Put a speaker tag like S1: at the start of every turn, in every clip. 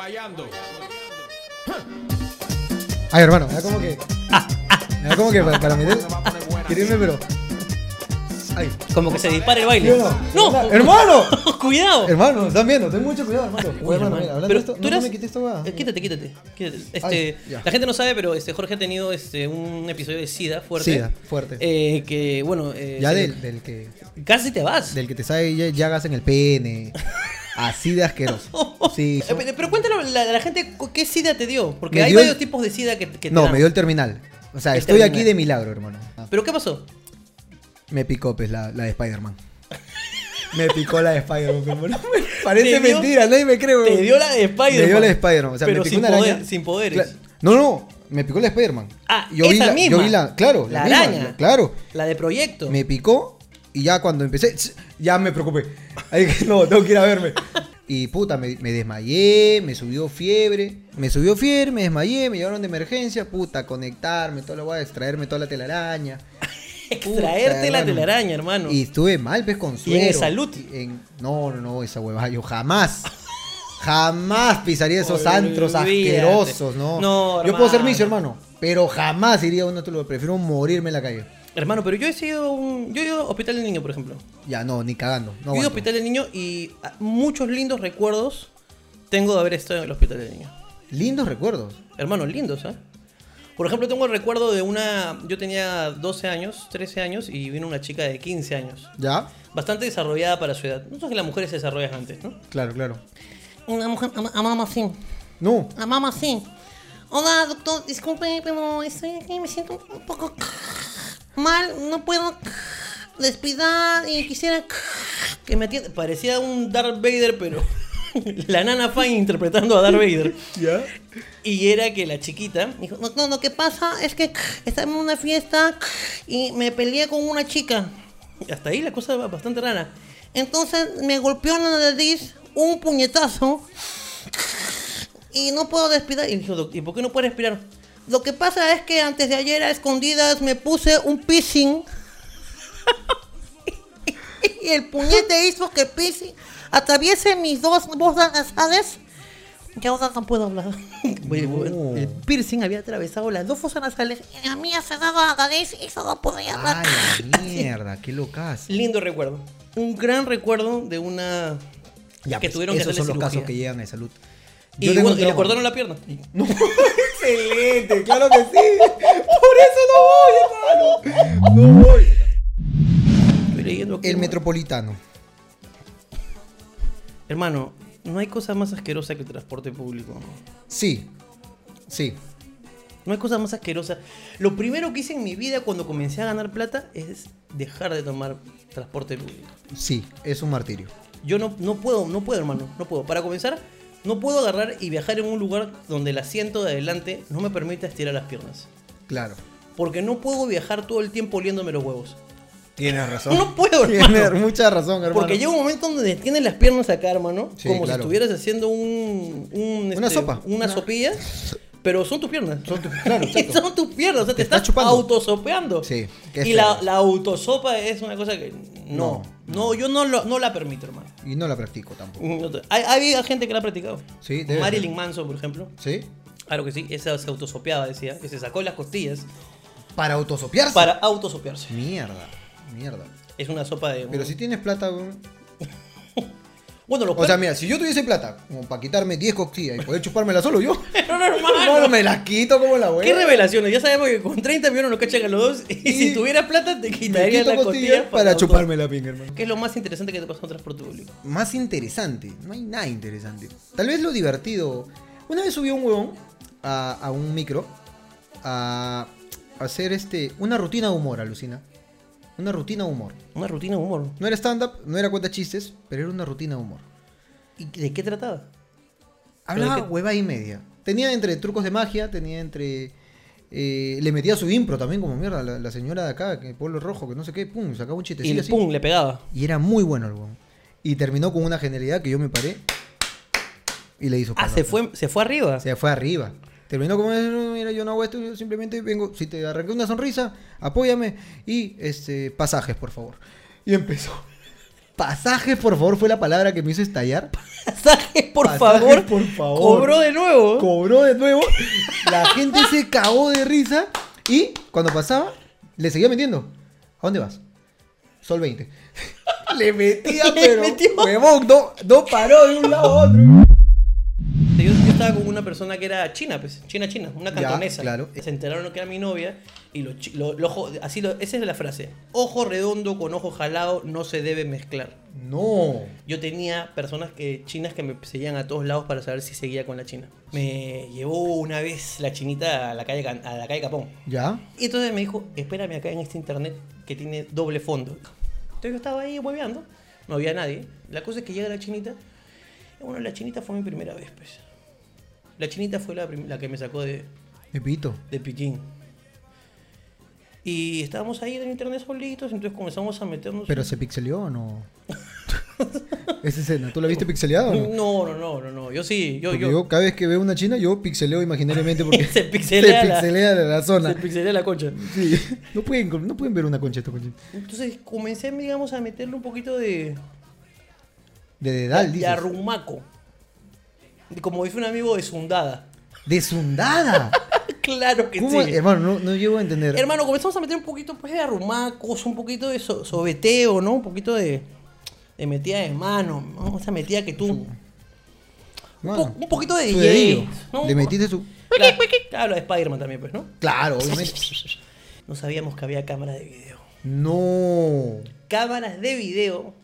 S1: Guayando.
S2: Ay, hermano, me da como que. Me da como que para, para meter. Quiero irme, pero. Ay.
S3: Como que se dispara el baile.
S2: No, hermano.
S3: ¡Cuidado!
S2: Hermano, están viendo, ten mucho cuidado, hermano. Oye,
S3: Oye,
S2: hermano,
S3: hermano,
S2: mira, hablando de
S3: pero
S2: esto,
S3: tú
S2: no, no
S3: eras-
S2: me quites esto, va.
S3: Eh, Quítate, quítate. quítate. Este,
S2: Ay, ya.
S3: la gente no sabe, pero este, Jorge ha tenido este, un episodio de SIDA fuerte.
S2: SIDA, fuerte.
S3: Eh, que, bueno. eh,
S2: Ya
S3: se-
S2: del, del que
S3: Casi te vas.
S2: del que te sale ya- llagas en el pene. Así de asqueroso. Sí.
S3: Eh, pero- Pero cuéntalo a la, a la gente cu- qué SIDA te dio. Porque
S2: Me
S3: hay
S2: dio el-
S3: varios tipos de SIDA que, que te
S2: No,
S3: dan.
S2: me dio el terminal. O sea,
S3: El
S2: estoy aquí
S3: terminal.
S2: de milagro, hermano.
S3: ¿Pero qué pasó?
S2: Me picó, pues, la, la de Spider-Man. Me picó la de Spider-Man, hermano. Parece
S3: Te dio-
S2: mentira, nadie me cree,
S3: Te
S2: weón.
S3: dio la de Spider-Man.
S2: Me dio la de Spider-Man. O sea,
S3: pero
S2: me picó
S3: sin,
S2: una
S3: poder-
S2: araña.
S3: sin poderes.
S2: Cla- No, no, me picó la de Spider-Man.
S3: Ah, esa
S2: la,
S3: misma.
S2: Yo vi la, claro, la,
S3: La
S2: misma,
S3: araña.
S2: la- claro.
S3: La de proyecto.
S2: Me picó y ya cuando empecé, tss, ya me preocupé. Ahí dije, no, tengo que ir a verme. Y puta, me, me desmayé, me subió fiebre. Me subió fiebre, me desmayé, me llevaron de emergencia. Puta, conectarme, todo lo voy a extraerme toda la telaraña.
S3: Extraerte la
S2: hermano.
S3: telaraña, hermano.
S2: Y estuve mal, ves, con
S3: Y en
S2: suero.
S3: el salud.
S2: Y en- No, no, no, esa huevada, yo jamás. Jamás pisaría esos antros
S3: Olvídate.
S2: asquerosos, ¿no?
S3: No,
S2: yo puedo ser
S3: hermano.
S2: misio, hermano, pero jamás iría a un otro lugar. Prefiero morirme en la calle.
S3: Hermano, pero yo he sido un. Yo he ido a hospital del niño, por ejemplo.
S2: Ya, no, ni cagando. No
S3: yo he ido a
S2: aguanto.
S3: hospital del niño y ah, muchos lindos recuerdos tengo de haber estado en el hospital del niño.
S2: Lindos recuerdos.
S3: Hermanos lindos, ¿eh? Por ejemplo, tengo el recuerdo de una. Yo tenía 12 años, 13 años y vino una chica de 15 años.
S2: ¿Ya?
S3: Bastante desarrollada para su edad. No sé que las mujeres se desarrollan antes, ¿no?
S2: Claro, claro.
S3: Una mujer. Amama así.
S2: No.
S3: Amama así. Hola, doctor. Disculpe, pero estoy aquí. Me siento un poco mal. No puedo despidar y quisiera que me atienda. Parecía un Darth Vader, pero. La nana Fine interpretando a Darth Vader.
S2: ¿Ya?
S3: Y era que la chiquita me dijo, no, no, lo que pasa es que estaba en una fiesta y me peleé con una chica. Y Hasta ahí la cosa va bastante rara. Entonces me golpeó en la nariz un puñetazo y no puedo respirar. Y dijo, "Doc, ¿y por qué no puedes respirar? Lo que pasa es que antes de ayer a escondidas me puse un piercing y el puñete hizo que el piercing atraviese mis dos bordas nasales que ahora no puedo hablar. Oye,
S2: No.
S3: El piercing había atravesado las dos fosas nasales.
S4: Y a mí se daba la nariz y solo podía hablar.
S2: Ay, la mierda, qué locas.
S3: Lindo recuerdo. Un gran recuerdo de una...
S2: Ya,
S3: que
S2: pues,
S3: tuvieron que
S2: esos
S3: hacerle
S2: son los
S3: cirugía.
S2: casos que llegan de salud.
S3: Y,
S2: Yo tengo
S3: bueno,
S2: un
S3: y le
S2: trauma.
S3: cortaron la pierna.
S2: Excelente, claro que sí. Por eso no voy, hermano. No voy.
S3: Estoy leyendo aquí,
S2: El
S3: hermano.
S2: metropolitano.
S3: Hermano, no hay cosa más asquerosa que el transporte público.
S2: Sí. Sí.
S3: No hay cosa más asquerosa. Lo primero que hice en mi vida cuando comencé a ganar plata es dejar de tomar transporte público.
S2: Sí. Es un martirio.
S3: Yo no, no puedo, no puedo, hermano, no puedo. Para comenzar, no puedo agarrar y viajar en un lugar donde el asiento de adelante no me permita estirar las piernas.
S2: Claro.
S3: Porque no puedo viajar todo el tiempo oliéndome los huevos.
S2: Tienes razón.
S3: No puedo,
S2: Tienes
S3: hermano.
S2: mucha razón, hermano.
S3: Porque llega un momento donde tienes las piernas acá, hermano.
S2: Sí,
S3: como
S2: claro.
S3: si estuvieras haciendo un, un, este,
S2: Una sopa.
S3: Una,
S2: Una-
S3: sopilla. Pero son tus piernas.
S2: Son tus- claro, exacto.
S3: Son tus piernas. O sea, te,
S2: estás
S3: estás,
S2: chupando.
S3: autosopeando.
S2: Sí, qué
S3: Y la,
S2: feo.
S3: la autosopa es una cosa que. No. No, yo no, lo- no la permito, hermano.
S2: Y no la practico tampoco.
S3: No te- Hay, hay gente que la ha practicado.
S2: Mm. Sí, debe
S3: Marilyn Manson, por ejemplo.
S2: ¿Sí?
S3: Claro que sí. Esa se autosopeaba, decía. Que se sacó las costillas
S2: Ah, Para autosopiarse.
S3: para autosopearse.
S2: Mierda. Mierda.
S3: Es una sopa de.
S2: Pero si tienes plata, weón.
S3: Bueno, los
S2: O sea, mira, si yo tuviese plata, como para quitarme 10 costillas y poder chupármela solo yo.
S3: Pero no, hermano.
S2: Hermano, me las quito como la
S3: ¿Qué
S2: buena.
S3: revelaciones? Ya sabemos que con 30 millones nos cachan a los dos. Y,
S2: Pues. Y
S3: si tuviera plata, te
S2: Me
S3: quitaría
S2: quito
S3: la
S2: costillas
S3: costilla
S2: para chuparme la pinga, hermano.
S3: ¿Qué es lo más interesante que te pasó en transporte público?
S2: más interesante. No hay nada interesante. Tal vez lo divertido. Una vez subió un huevón a, a un micro a hacer este una rutina de humor, alucina. Una rutina de humor.
S3: Una rutina de humor.
S2: No era stand-up, no era cuenta chistes, pero era una rutina de humor.
S3: ¿Y de qué trataba?
S2: Hablaba
S3: ¿Pero de qué?
S2: hueva y media. Tenía entre trucos de magia, tenía entre... eh, le metía su impro también como mierda, la, la señora de acá, que pueblo rojo, que no sé qué, pum, sacaba un
S3: Y
S2: chistecillo
S3: le,
S2: así.
S3: pum, le pegaba.
S2: Y era muy bueno el huevón. Y terminó con una genialidad que yo me paré y le hizo
S3: Ah,
S2: palo.
S3: se fue, se fue arriba.
S2: Se fue arriba. Terminó como, "Eh, "No, mira, yo no hago esto, yo simplemente vengo, si te arranqué una sonrisa, apóyame y este pasajes, por favor. Y empezó. Pasajes, por favor, fue la palabra que me hizo estallar.
S4: Pasaje, por
S2: Pasaje,
S4: favor.
S2: por favor.
S4: Cobró de nuevo.
S2: Cobró de nuevo. La gente se cagó de risa. Y cuando pasaba, le seguía metiendo. ¿A dónde vas? Sol 20. Le metía,
S4: Le
S2: pero.
S4: metió.
S2: Huevón, no, no paró de un lado a otro.
S4: Yo, yo estaba con una persona que era china, pues, china, china, una
S2: Ya,
S4: cantonesa.
S2: claro.
S4: Se enteraron que era mi novia y lo, chi- lo- lo ojo- así lo- esa es la frase. Ojo redondo con ojo jalado no se debe mezclar.
S2: No.
S4: Yo tenía personas que, chinas que me seguían a todos lados para saber si seguía con la china. Me llevó una vez la chinita a la calle, Can- a la calle Capón.
S2: Ya.
S4: Y entonces me dijo, espérame acá en este internet que tiene doble fondo. Entonces yo estaba ahí hueveando, no había nadie. La cosa es que llega la chinita. Y bueno, la chinita fue mi primera vez, pues. La chinita fue la, prim- la que me sacó de,
S2: Repito.
S4: de Pekín. Y estábamos ahí en internet solitos, entonces comenzamos a meternos...
S2: ¿Pero se pixeleó o no? Esa escena, ¿tú la viste pixeleada o no?
S4: No, no, no, no, no. Yo sí, yo...
S2: Porque
S4: yo,
S2: yo, cada vez que veo una china, yo pixeleo imaginariamente porque
S4: Se pixelea
S2: se
S4: la-
S2: pixelea la, la
S4: se
S2: zona.
S4: pixelé la concha.
S2: Sí. No pueden, con- no pueden ver una concha esta concha.
S4: Entonces comencé, digamos, a meterle un poquito de...
S2: De dedal,
S4: de
S2: dices.
S4: arrumaco. Y Como dice un amigo, de sundada.
S2: Desundada.
S4: Claro que
S2: ¿Cómo?
S4: sí.
S2: Hermano, no, no llego a entender.
S4: Hermano, comenzamos a meter un poquito pues, de arrumacos, un poquito de so- sobeteo, ¿no? Un poquito de, de metida de mano, ¿no? esa metida que tú.
S2: Hermano,
S4: un po- un poquito de
S2: su
S4: DJ,
S2: dedillo.
S4: ¿no?
S2: Le metiste su.
S4: Claro, claro, de Spider-Man también, pues, ¿no?
S2: Claro, obviamente.
S4: No sabíamos que había cámaras de video.
S2: No.
S4: Cámaras de video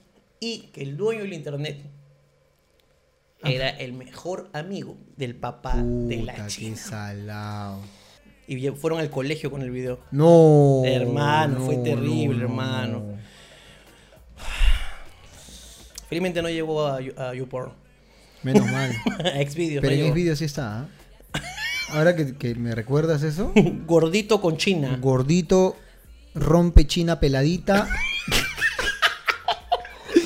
S4: y que el dueño del internet era el mejor amigo del papá Ah, de
S2: Ah. Puta,
S4: la
S2: qué
S4: china.
S2: salado.
S4: Y bien, fueron al colegio con el video.
S2: No.
S4: Hermano, fue
S2: no,
S4: terrible,
S2: no,
S4: hermano.
S2: no.
S4: Felizmente no llegó a, Yo- a YouPorn.
S2: Menos mal.
S4: a Xvideos.
S2: Pero
S4: no
S2: en
S4: llegó.
S2: mis videos sí está. ¿ah? Ahora que, que me recuerdas eso,
S4: Gordito con China.
S2: gordito, rompe china peladita.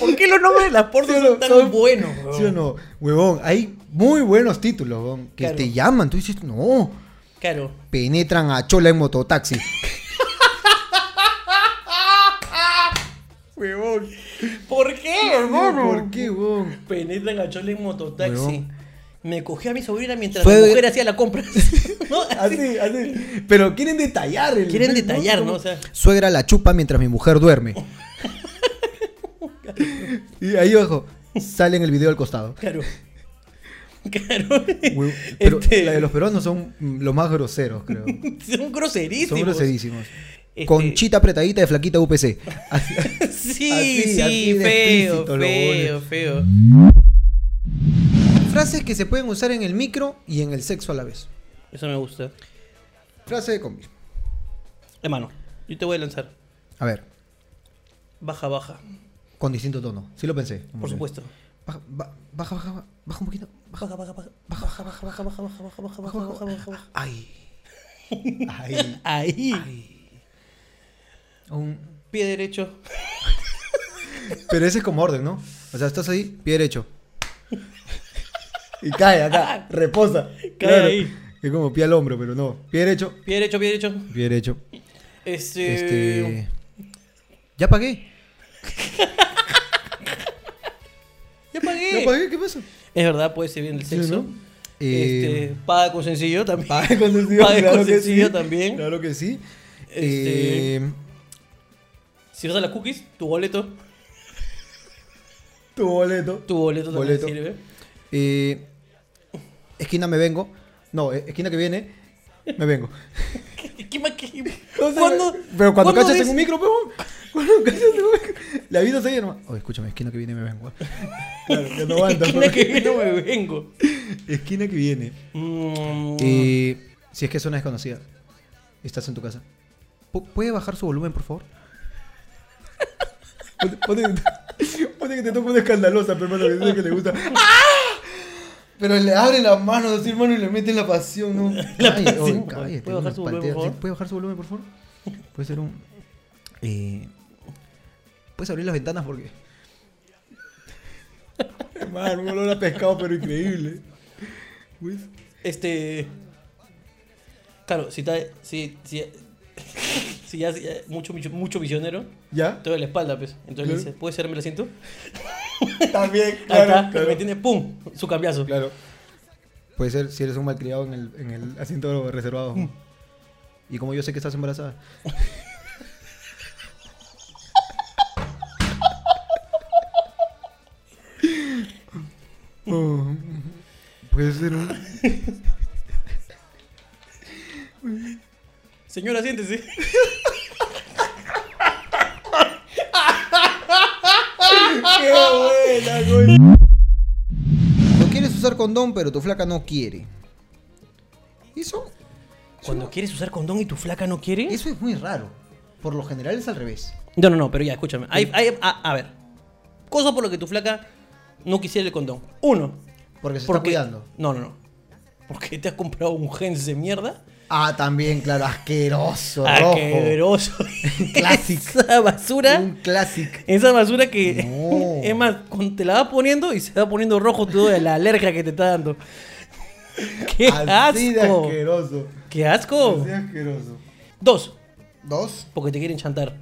S4: ¿Por qué los nombres de las pornos
S2: ¿Sí o no?
S4: son tan
S2: Son-
S4: buenos?
S2: ¿Sí o
S4: weón?
S2: no? Huevón, hay muy buenos títulos, huevón, que
S4: Claro.
S2: te llaman. Tú dices, no,
S4: Claro.
S2: penetran a chola en mototaxi.
S4: Huevón. ¿Por qué, hermano?
S2: ¿Por qué, huevón?
S4: Penetran a Chole en mototaxi.
S2: Huevón.
S4: Me cogí a mi sobrina mientras
S2: Fue-
S4: la mujer hacía la compra. ¿No?
S2: Así, así. Pero quieren detallar. el-
S4: Quieren detallar, ¿no? O sea,
S2: Suegra la chupa mientras mi mujer duerme. y ahí, ojo, sale en el video al costado.
S4: claro. Claro.
S2: Hue- Pero
S4: Este,
S2: la de los peruanos son mm, los más groseros, creo.
S4: Son groserísimos.
S2: Son groserísimos.
S4: Este-
S2: Conchita apretadita de flaquita UPC. Así-
S4: Sí,
S2: Así,
S4: sí,
S2: así de
S4: feo,
S2: explícito lo
S4: feo,
S2: bueno.
S4: feo.
S2: Frases que se pueden usar en el micro y en el sexo a la vez.
S4: Eso me gusta.
S2: Frase de combi.
S4: Hermano, yo te voy a lanzar.
S2: A ver,
S4: Baja, baja.
S2: con distinto tono. Sí lo pensé. como
S4: Por
S2: que-
S4: supuesto.
S2: Baja, ba- baja, baja, baja, baja un poquito.
S4: Baja, baja, baja, baja, baja, baja, baja, baja, baja, baja, baja, baja, baja, baja.
S2: Ay. Ay.
S4: Ahí.
S2: Un-
S4: Pie derecho.
S2: Pero ese es como orden, ¿no? O sea, estás ahí, pie derecho. Y cae acá, reposa.
S4: Cae
S2: Claro.
S4: ahí.
S2: Es como pie al hombro, pero no. Pie derecho,
S4: Pie derecho, pie derecho.
S2: pie derecho.
S4: Este.
S2: Este. Ya pagué.
S4: Ya pagué.
S2: Ya pagué, ¿qué pasa?
S4: Es verdad, puede ser bien el
S2: Sí,
S4: sexo.
S2: ¿no? Eh,
S4: Este, paga con sencillo también.
S2: Pague con sencillo,
S4: Paga
S2: claro
S4: con
S2: que
S4: sencillo
S2: sí.
S4: también.
S2: Claro que sí.
S4: Este-
S2: Eh,
S4: Si usas las cookies, tu boleto.
S2: tu boleto.
S4: Tu boleto también
S2: Boleto.
S4: sirve.
S2: Eh, esquina me vengo. No, eh, esquina que viene, me vengo.
S4: ¿Qué- ¿Qué más que.?
S2: O sea,
S4: ¿Cuándo-
S2: pero cuando
S4: cuándo
S2: cachas
S4: ves-
S2: en un micro, pebón, Cuando cachas en un micro. La vida sigue nomás. Oye, escúchame, esquina que viene, me vengo. Claro, que no aguanta.
S4: Esquina que
S2: pe.
S4: viene me vengo.
S2: Esquina que viene.
S4: Mm,
S2: Eh, si es que es una desconocida, estás en tu casa. Pu- ¿Puede bajar su volumen, por favor? Ponte, ponte- ponte que te toca una escandalosa, pero hermano, que dice que le gusta. ¡Ah! Pero le abren las manos así, hermano, y le meten la pasión, ¿no? Cállate,
S4: pasión,
S2: oye, cállate,
S4: ¿puede bajar su
S2: una paltea,
S4: volumen, por
S2: sí,
S4: favor?
S2: ¿Puede bajar su volumen, por favor? Puede ser un... eh, ¿Puedes abrir las ventanas? Porque... hermano, un olor a pescado, pero increíble. Pues...
S4: Este. Claro, si está. Si, si, Sí, ya, ya, mucho, mucho, mucho misionero.
S2: ¿Ya?
S4: Te doy la espalda, pues. Entonces le
S2: Claro.
S4: dice, ¿puedes cerrarme el asiento?
S2: También,
S4: Ahí está,
S2: claro,
S4: ¿me
S2: claro,
S4: entiendes? ¡Pum! Su cambiazo.
S2: claro. Puede ser si eres un malcriado en el, en el asiento reservado. Y como yo sé que estás embarazada. Oh, puede ser un...
S4: Señora, siéntese.
S2: No quieres usar condón, pero tu flaca no quiere. Eso,
S4: Cuando quieres usar condón y tu flaca no quiere.
S2: eso es muy raro. Por lo general es al revés.
S4: No, no, no, pero ya, escúchame. Hay, hay- a, a ver. Cosas por lo que tu flaca no quisiera el condón. Uno.
S2: Porque se
S4: porque-
S2: está cuidando.
S4: No, no, no. Porque te has comprado un gens de mierda.
S2: Ah, también, claro, asqueroso, rojo.
S4: Asqueroso.
S2: Classic.
S4: Esa basura.
S2: Un clásico.
S4: Esa basura que.
S2: No.
S4: Es más, con- te la vas poniendo y se va poniendo rojo todo de la alergia que te está dando. ¡Qué
S2: Así de
S4: asco! Oh.
S2: asqueroso.
S4: ¡Qué asco!
S2: Así de asqueroso.
S4: Dos,
S2: Dos,
S4: porque te quieren chantar.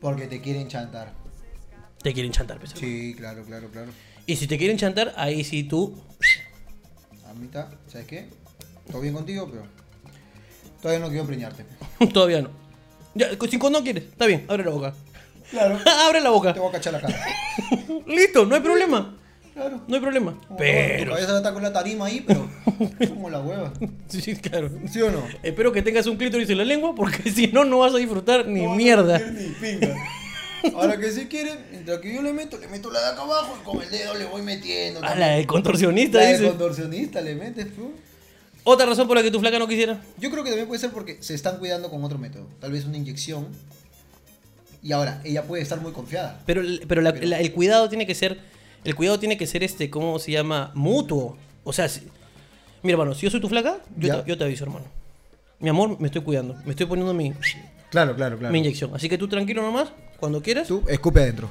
S2: porque te quieren chantar.
S4: Te quieren chantar, pues.
S2: Sí, claro, claro, claro.
S4: Y si te quieren chantar, ahí sí tú.
S2: A mitad, ¿sabes qué? Todo bien contigo, pero todavía no quiero preñarte.
S4: Todavía no. Ya, sin condón quieres. Está bien, abre la boca.
S2: Claro.
S4: abre la boca.
S2: Te voy a cachar la cara.
S4: Listo, no hay problema.
S2: Claro.
S4: No hay problema.
S2: Tu
S4: Pero.
S2: cabeza está con la tarima ahí, pero como la hueva.
S4: Sí, sí, claro.
S2: ¿Sí o no?
S4: Espero que tengas un clítoris en la lengua porque si no, no vas a disfrutar ni mierda.
S2: Ni pinga. Ahora que si quiere, mientras que yo le meto, le meto la de acá abajo y con el dedo le voy metiendo.
S4: A Ah, la de contorsionista,
S2: La de
S4: dice.
S2: contorsionista le metes, pu.
S4: Otra razón por la que tu flaca no quisiera.
S2: Yo creo que también puede ser porque se están cuidando con otro método. Tal vez una inyección. Y ahora, ella puede estar muy confiada.
S4: Pero, el- pero, la- la- el cuidado tiene que ser. El cuidado tiene que ser este, ¿cómo se llama? Mutuo. O sea, si- mira, hermano, si yo soy tu flaca, yo
S2: Ya.
S4: te, yo te aviso, hermano. Mi amor, me estoy cuidando. Me estoy poniendo mi,
S2: Claro, claro, claro.
S4: mi inyección. Así que tú tranquilo nomás, cuando quieras.
S2: Tú escupe adentro.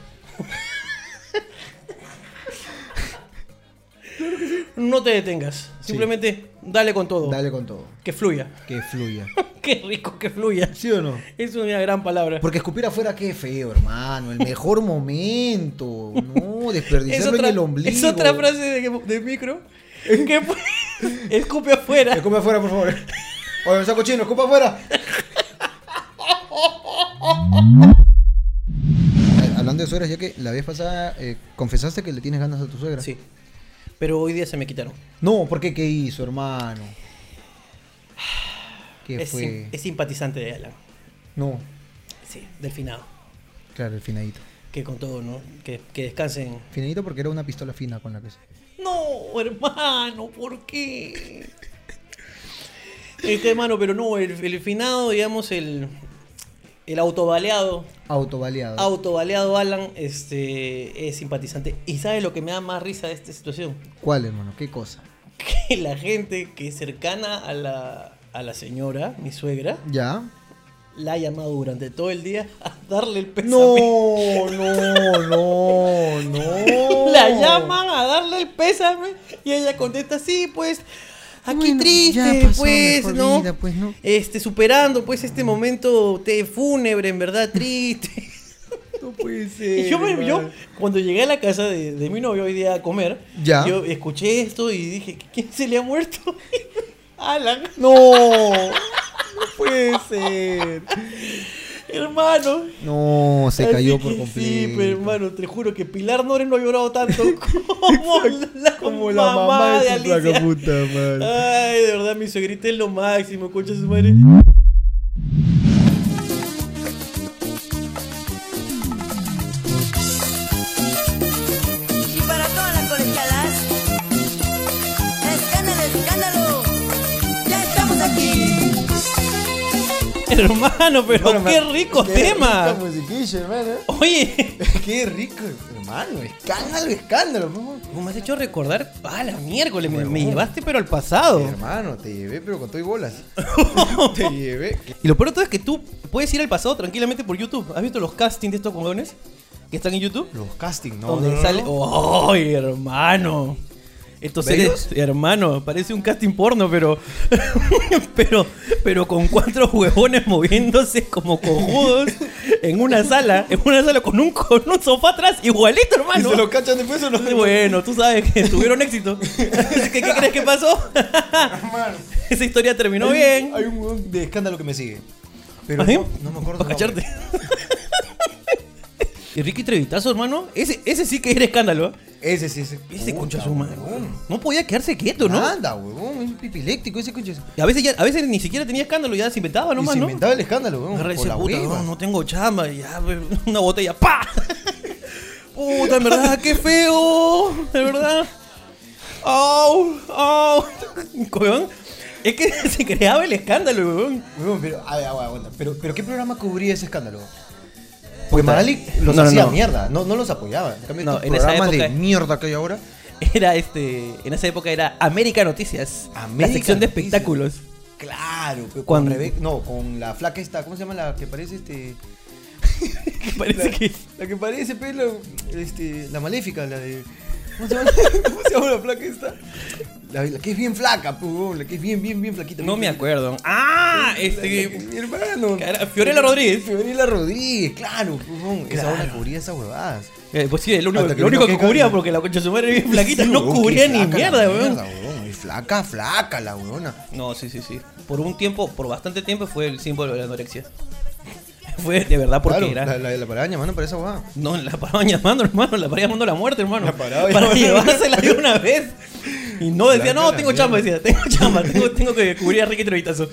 S4: No te detengas. Simplemente dale con todo.
S2: Dale con todo.
S4: Que fluya.
S2: Que fluya.
S4: Qué rico que fluya.
S2: ¿Sí o no?
S4: Es una gran palabra.
S2: Porque escupir afuera, qué feo, hermano. El mejor momento. No,
S4: Es
S2: desperdiciarlo
S4: otra,
S2: en el ombligo.
S4: es otra frase de, de micro. Que pu- escupe afuera.
S2: Escupe afuera, por favor. Oye, me saco chino, escupe afuera. Hablando de suegras, ya que la vez pasada eh, confesaste que le tienes ganas a tu suegra.
S4: Sí. Pero hoy día se me quitaron.
S2: No, ¿por qué? ¿Qué hizo, hermano? ¿Qué
S4: Es,
S2: fue?
S4: sim- es simpatizante de Alan.
S2: No,
S4: Sí, del finado.
S2: claro, el finadito.
S4: Que con todo, ¿no? Que, que descansen.
S2: Finadito porque era una pistola fina con la que se...
S4: No, hermano, ¿por qué? Este hermano, pero no, el, el finado, digamos, el, el autobaleado,
S2: Autobaleado.
S4: autobaleado Alan, este, es simpatizante. ¿Y sabes lo que me da más risa de esta situación?
S2: ¿Cuál, hermano? ¿Qué cosa?
S4: Que la gente que es cercana a la, a la señora, mi suegra,
S2: ¿Ya?
S4: la ha llamado durante todo el día a darle el pésame.
S2: No, no, no, no.
S4: La llaman a darle el pésame y ella contesta, sí, pues, aquí
S2: Bueno,
S4: triste,
S2: ya pasó
S4: pues,
S2: mejor
S4: ¿no?
S2: vida, pues, ¿no?
S4: Este, superando, pues, este momento te fúnebre, en verdad, triste.
S2: No puede ser.
S4: y yo, me- yo,
S2: hermano.
S4: cuando llegué a la casa de, de mi novio hoy día a comer,
S2: Ya.
S4: yo escuché esto y dije, ¿quién se le ha muerto? Alan,
S2: No, no puede ser.
S4: hermano.
S2: No, se cayó
S4: Así
S2: por
S4: que
S2: completo.
S4: Sí, pues, pero hermano, te juro que Pilar Noren no ha llorado tanto como la,
S2: Como la mamá, de, su
S4: Alicia. Ah,
S2: flaca puta madre.
S4: Ay, de verdad, mi suegrita es lo máximo, concha de su madre.
S1: Y para todas las colegialas, escándalo, escándalo, ya estamos aquí.
S4: Hermano, pero
S2: Bueno,
S4: qué
S2: ma-
S4: rico pues.
S2: qué
S4: tema.
S2: rica musiquilla, hermano.
S4: Oye,
S2: Qué rico, hermano. Escándalo, escándalo. por favor.
S4: ¿cómo me has hecho recordar? Ah, la miércoles, me, me llevaste pero al pasado.
S2: Hermano, te llevé, pero con todo y bolas. te llevé.
S4: Y lo peor de todo es que tú puedes ir al pasado tranquilamente por YouTube. ¿Has visto los castings de estos cojones que están en YouTube?
S2: Los castings, ¿no?
S4: donde
S2: no, no,
S4: sale. ¡Ay,
S2: no.
S4: hermano!
S3: Entonces, hermano, parece un casting porno, pero. pero, pero con cuatro huevones moviéndose como cojudos en una sala, en una sala con un, con un sofá atrás, igualito,
S2: ¿Y
S3: hermano.
S2: se lo cachan después o no?
S3: Bueno, tú sabes que tuvieron éxito. Así que, ¿Qué crees que pasó?
S2: Hermano.
S3: Esa historia terminó bien.
S2: Hay un huevón de escándalo que me sigue. Pero
S3: ¿Ah, sí?
S2: no, no me acuerdo. el
S3: Pa' cacharte. Y Ricky Trevitazo, hermano, ese, ese sí que era escándalo. ¿eh?
S2: nombre. Ese sí, ese.
S3: Ese
S2: Puta,
S3: concha su madre.
S2: huevón.
S3: No podía quedarse quieto, ¿no?
S2: Anda, huevón. Es pipiléctico ese concha.
S3: Y a veces ya, a veces ni siquiera tenía escándalo, ya se inventaba
S2: No, y
S3: nomás,
S2: se
S3: ¿no?
S2: inventaba el escándalo, huevón.
S3: Agarra y
S2: por
S3: dice,
S2: la
S3: puta,
S2: hueva.
S3: no, no tengo chamba, y ya, pues, una botella, ¡pa! Puta, en verdad, qué feo, de verdad. ¡Au! ¡Au! Huevón, Es que se creaba el escándalo, huevón.
S2: Huevón, pero, a ver, aguanta, aguanta. Pero, pero ¿qué programa cubría ese escándalo? Porque Marali los
S3: No, no,
S2: hacía
S3: no.
S2: mierda, no, no los apoyaba. En cambio,
S3: No,
S2: estos
S3: en esa
S2: programas de
S3: época-
S2: mierda que hay ahora.
S3: Era este. En esa época era América Noticias. la
S2: América
S3: sección de
S2: Noticias.
S3: espectáculos.
S2: Claro, pero con
S3: Cuando-
S2: Rebeca. No, con la flaca esta, ¿cómo se llama la que parece este?
S3: Que parece que.
S2: La que parece pelo. Este. La maléfica, la de. ¿Cómo se llama, ¿Cómo se llama la flaca esta? La, la que es bien flaca, pues, huevón, la que es bien, bien, bien flaquita.
S3: No
S2: bien
S3: me
S2: flaquita.
S3: acuerdo. ¡Ah!
S2: La que-
S3: Este.
S2: Mi hermano.
S3: Cara- Fiorella Rodríguez.
S2: Fiorella Rodríguez, claro, pues, huevón, Esa hora cubría esas huevadas.
S3: eh, pues sí, el único,
S2: Hasta que
S3: lo único
S2: vino
S3: que
S2: Keiko.
S3: cubría, porque la concha de su madre era bien flaquita,
S2: Sí,
S3: no
S2: huevón, qué
S3: cubría ni
S2: flaca la
S3: mierda, weón.
S2: huevón, es Flaca, flaca la huevona.
S3: No, sí, sí, sí. Por un tiempo, por bastante tiempo, fue el símbolo de la anorexia. Fue de verdad porque
S2: Claro,
S3: era.
S2: la, la, la parada llamando para esa huevada.
S3: No, la paraban llamando, hermano. La paraban llamando a la muerte, hermano.
S2: La paraban
S3: para
S2: llamando.
S3: llevársela de una vez. Y no decía,
S2: Flaca
S3: no,
S2: la
S3: tengo
S2: mierda.
S3: chamba, decía, tengo chamba, tengo, tengo que cubrir a Ricky Trevitazo.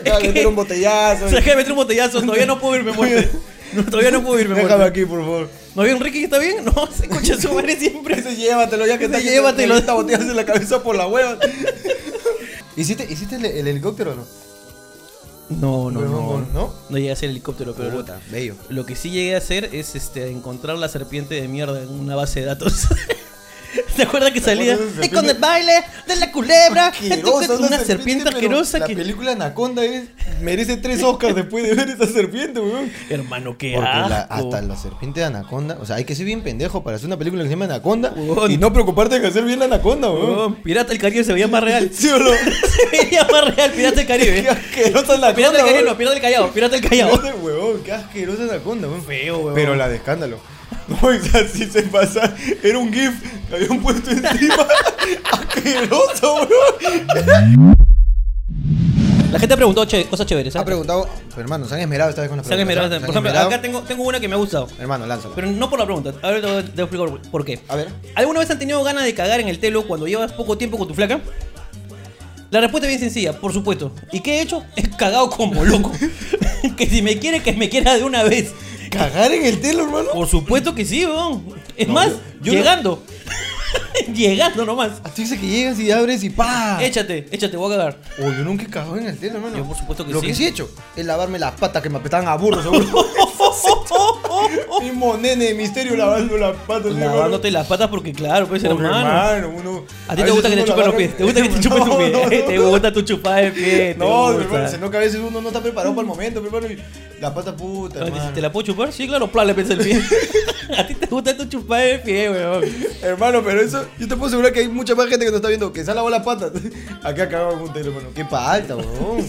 S2: Acaba de
S3: que-
S2: meter un botellazo.
S3: O sea, déjame meter un botellazo, todavía no puedo irme muerte. No, todavía no puedo irme
S2: Déjame
S3: muerte.
S2: aquí, por favor.
S3: ¿No bien Ricky que está bien? No, se escucha su madre siempre.
S2: Ese llévatelo ya que
S3: Ese
S2: está
S3: llévatelo.
S2: Está botellazo en la cabeza por la hueva. ¿Hiciste, hiciste el, el helicóptero o no?
S3: No, no, no.
S2: Huevón, ¿no?
S3: No llegué a hacer helicóptero, pero lo,
S2: Puta, bello.
S3: lo que sí llegué a hacer es este, encontrar la serpiente de mierda en una base de datos. ¿Te acuerdas que salía?
S2: acuerdas de
S3: Y con
S2: serpiente?
S3: el baile de la culebra.
S2: Asquerosa,
S3: entonces, una serpiente
S2: pero
S3: asquerosa
S2: La
S3: que.
S2: película Anaconda es, merece tres Oscars después de ver esa serpiente, weón.
S3: Hermano, qué
S2: Porque la-
S3: asco.
S2: hasta la serpiente de Anaconda, o sea, hay que ser bien pendejo para hacer una película que se llama Anaconda
S3: Huevón.
S2: y no preocuparte de hacer bien la Anaconda, weón.
S3: Huevón, Pirata del Caribe se veía más real.
S2: ¿Sí o no?
S3: se veía más real, Pirata
S2: Qué
S3: del Caribe.
S2: asquerosa la
S3: Pirata
S2: Anaconda,
S3: del Caribe, no,
S2: weón.
S3: Pirata del Callao, Pirata del Callao.
S2: Pirata, weón, Qué asquerosa Anaconda, weón.
S3: Feo, huevón.
S2: Pero la de escándalo. No, o sea, si se pasa, era un GIF que habían puesto encima. asqueroso, weón.
S3: La gente ha preguntado che- cosas chéveres. ¿ah?
S4: Ha preguntado, hermano, se han esmerado esta vez con las
S3: Se han
S4: preguntas.
S3: esmerado, Por
S4: ¿ah? Se han
S3: ejemplo,
S4: esmerado.
S3: acá tengo, tengo una que me ha gustado.
S4: Hermano, lánzala.
S3: Pero no por la pregunta. Ahora te voy te voy a explicar por qué.
S4: A ver.
S3: ¿Alguna vez han tenido ganas de cagar en el telo cuando llevas poco tiempo con tu flaca? La respuesta es bien sencilla, por supuesto. ¿Y qué he hecho? He cagado como loco. que si me quiere, que me quiera de una vez.
S2: Cagar en el telo, hermano.
S3: Por supuesto que sí, weón. Es
S2: No,
S3: más,
S2: yo- yo no-
S3: llegando. llegando nomás.
S2: Ah, Tú dices que llegas y abres y ¡pa!
S3: Échate, échate, voy a cagar.
S2: Oh, yo nunca he cagado en el telo, hermano.
S3: Eh. Yo por supuesto que
S4: Lo
S3: sí.
S4: que sí he hecho es lavarme las patas que me apretaban a burro, seguro.
S2: Mismo nene de misterio lavando las patas. ¿sí, hermano?
S3: Lavándote las patas porque claro, pues
S2: Porque,
S3: hermano.
S2: hermano, uno-
S3: A ti te
S2: veces
S3: gusta que te
S2: uno
S3: chupen los
S2: agarra-
S3: pies, te gusta que te chupen tu
S2: No,
S3: pie,
S2: no, no.
S3: te gusta tu chupada de pie, te
S2: No,
S3: gusta.
S2: hermano, sino que a veces uno no está preparado para el momento, hermano. y La pata puta,
S3: Ah, dice,
S2: hermano.
S3: ¿Te la puedo chupar? Sí, claro, plan, le pensé el pie. a ti te gusta tu chupada de pie, weón.
S2: Hermano, pero eso, yo te puedo asegurar que hay mucha más gente que nos está viendo que se ha lavado las patas. Acá cagaba un telo, hermano. Qué palta, weón.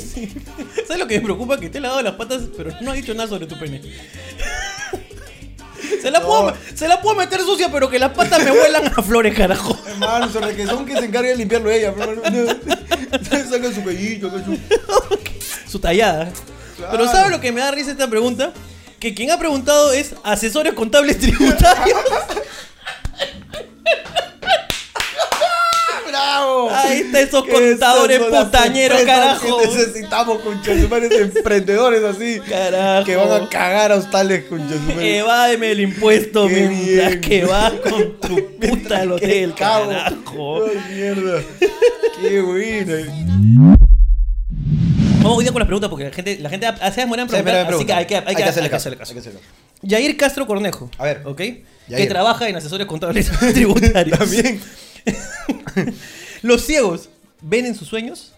S3: ¿Sabes lo que me preocupa? Que te he lavado las patas, pero no has dicho nada sobre tu pene. se, la
S2: No.
S3: puedo, se la puedo meter sucia, pero que las patas me vuelan a flores, carajo.
S2: hermano, sobre que son que se encargue de limpiarlo ella, hermano. Saca su pellito, saca su.
S3: Su tallada.
S2: Claro.
S3: Pero ¿sabes lo que me da risa esta pregunta? Que quien ha preguntado es asesores contables tributarios.
S2: ¡Bravo!
S3: Ahí está esos
S2: Que
S3: contadores
S2: esas son las
S3: putañeros,
S2: empresas
S3: carajo.
S2: Que necesitamos, conchasumares, emprendedores así.
S3: Carajo.
S2: Que van a cagar a hostales, conchasumares.
S3: Evádeme el impuesto
S2: Qué
S3: mientras
S2: bien.
S3: que vas con tu puta al hotel,
S2: cabo.
S3: carajo.
S2: Ay, mierda. Qué bueno.
S3: Vamos hoy día con las preguntas porque la gente, la gente hace demora en preguntar, así que hay que, hay que- hay que hacerle caso.
S2: Hay que hacerle caso.
S3: Jair Castro Cornejo.
S2: A ver.
S3: ¿Ok? Que
S2: Yair.
S3: trabaja en asesores contables tributarios.
S2: También.
S3: ¿Los ciegos ven en sus sueños?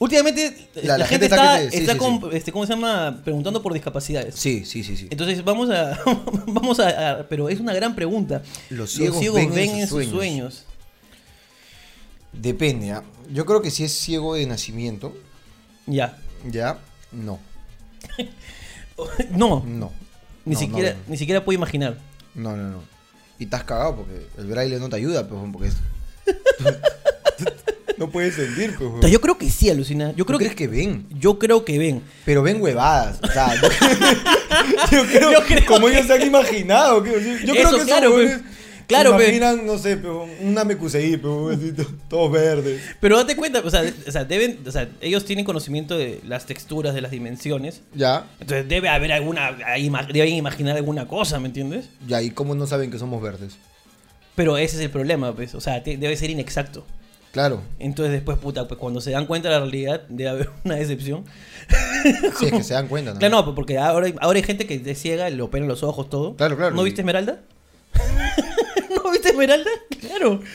S3: Últimamente la,
S5: La- la
S3: gente, está,
S5: que se- sí,
S3: está
S5: sí,
S3: con- Este, ¿cómo se llama? Preguntando por discapacidades.
S5: Sí, sí, sí, sí.
S3: Entonces vamos a, vamos a, a- pero es una gran pregunta.
S5: Los ciegos ven en sus sueños. Depende, ¿ah? Yo creo que si es ciego de nacimiento,
S3: Ya.
S5: ya, no.
S3: No,
S5: No.
S3: ni
S5: No,
S3: siquiera,
S5: no,
S3: ni siquiera puedo imaginar.
S5: No, no, no. Y estás cagado porque el braille no te ayuda, pues, porque es... no puedes sentir, pues.
S3: Yo creo que sí, alucina. Yo creo
S5: creo crees
S3: que,
S5: que ven?
S3: yo creo que ven.
S5: Pero ven huevadas. O sea, yo, yo creo,
S3: Yo creo
S5: como
S3: que-
S5: ellos se han imaginado. que-
S3: Eso,
S5: Yo creo que
S3: claro,
S5: claro,
S3: pe. Claro, pues. pe.
S5: imaginan, no sé, pero una MQCI, pero así, to- todo verde.
S3: Pero date cuenta, o sea, de- o sea, deben, o sea, ellos tienen conocimiento de las texturas, de las dimensiones.
S5: Ya,
S3: Entonces debe haber alguna, ahí ima- deben imaginar alguna cosa, ¿me entiendes?
S5: ya, ¿y cómo no saben que somos verdes?
S3: Pero ese es el problema, pues. O sea, te- debe ser inexacto.
S5: Claro,
S3: Entonces después, puta, pues cuando se dan cuenta de la realidad, debe haber una decepción.
S5: Ah. si es que se dan cuenta. ¿no?
S3: Claro, no, pues, porque ahora, ahora hay gente que es ciega, le operan los ojos, todo.
S5: Claro, claro.
S3: ¿No viste Esmeralda? ¿No viste Esmeralda? Claro.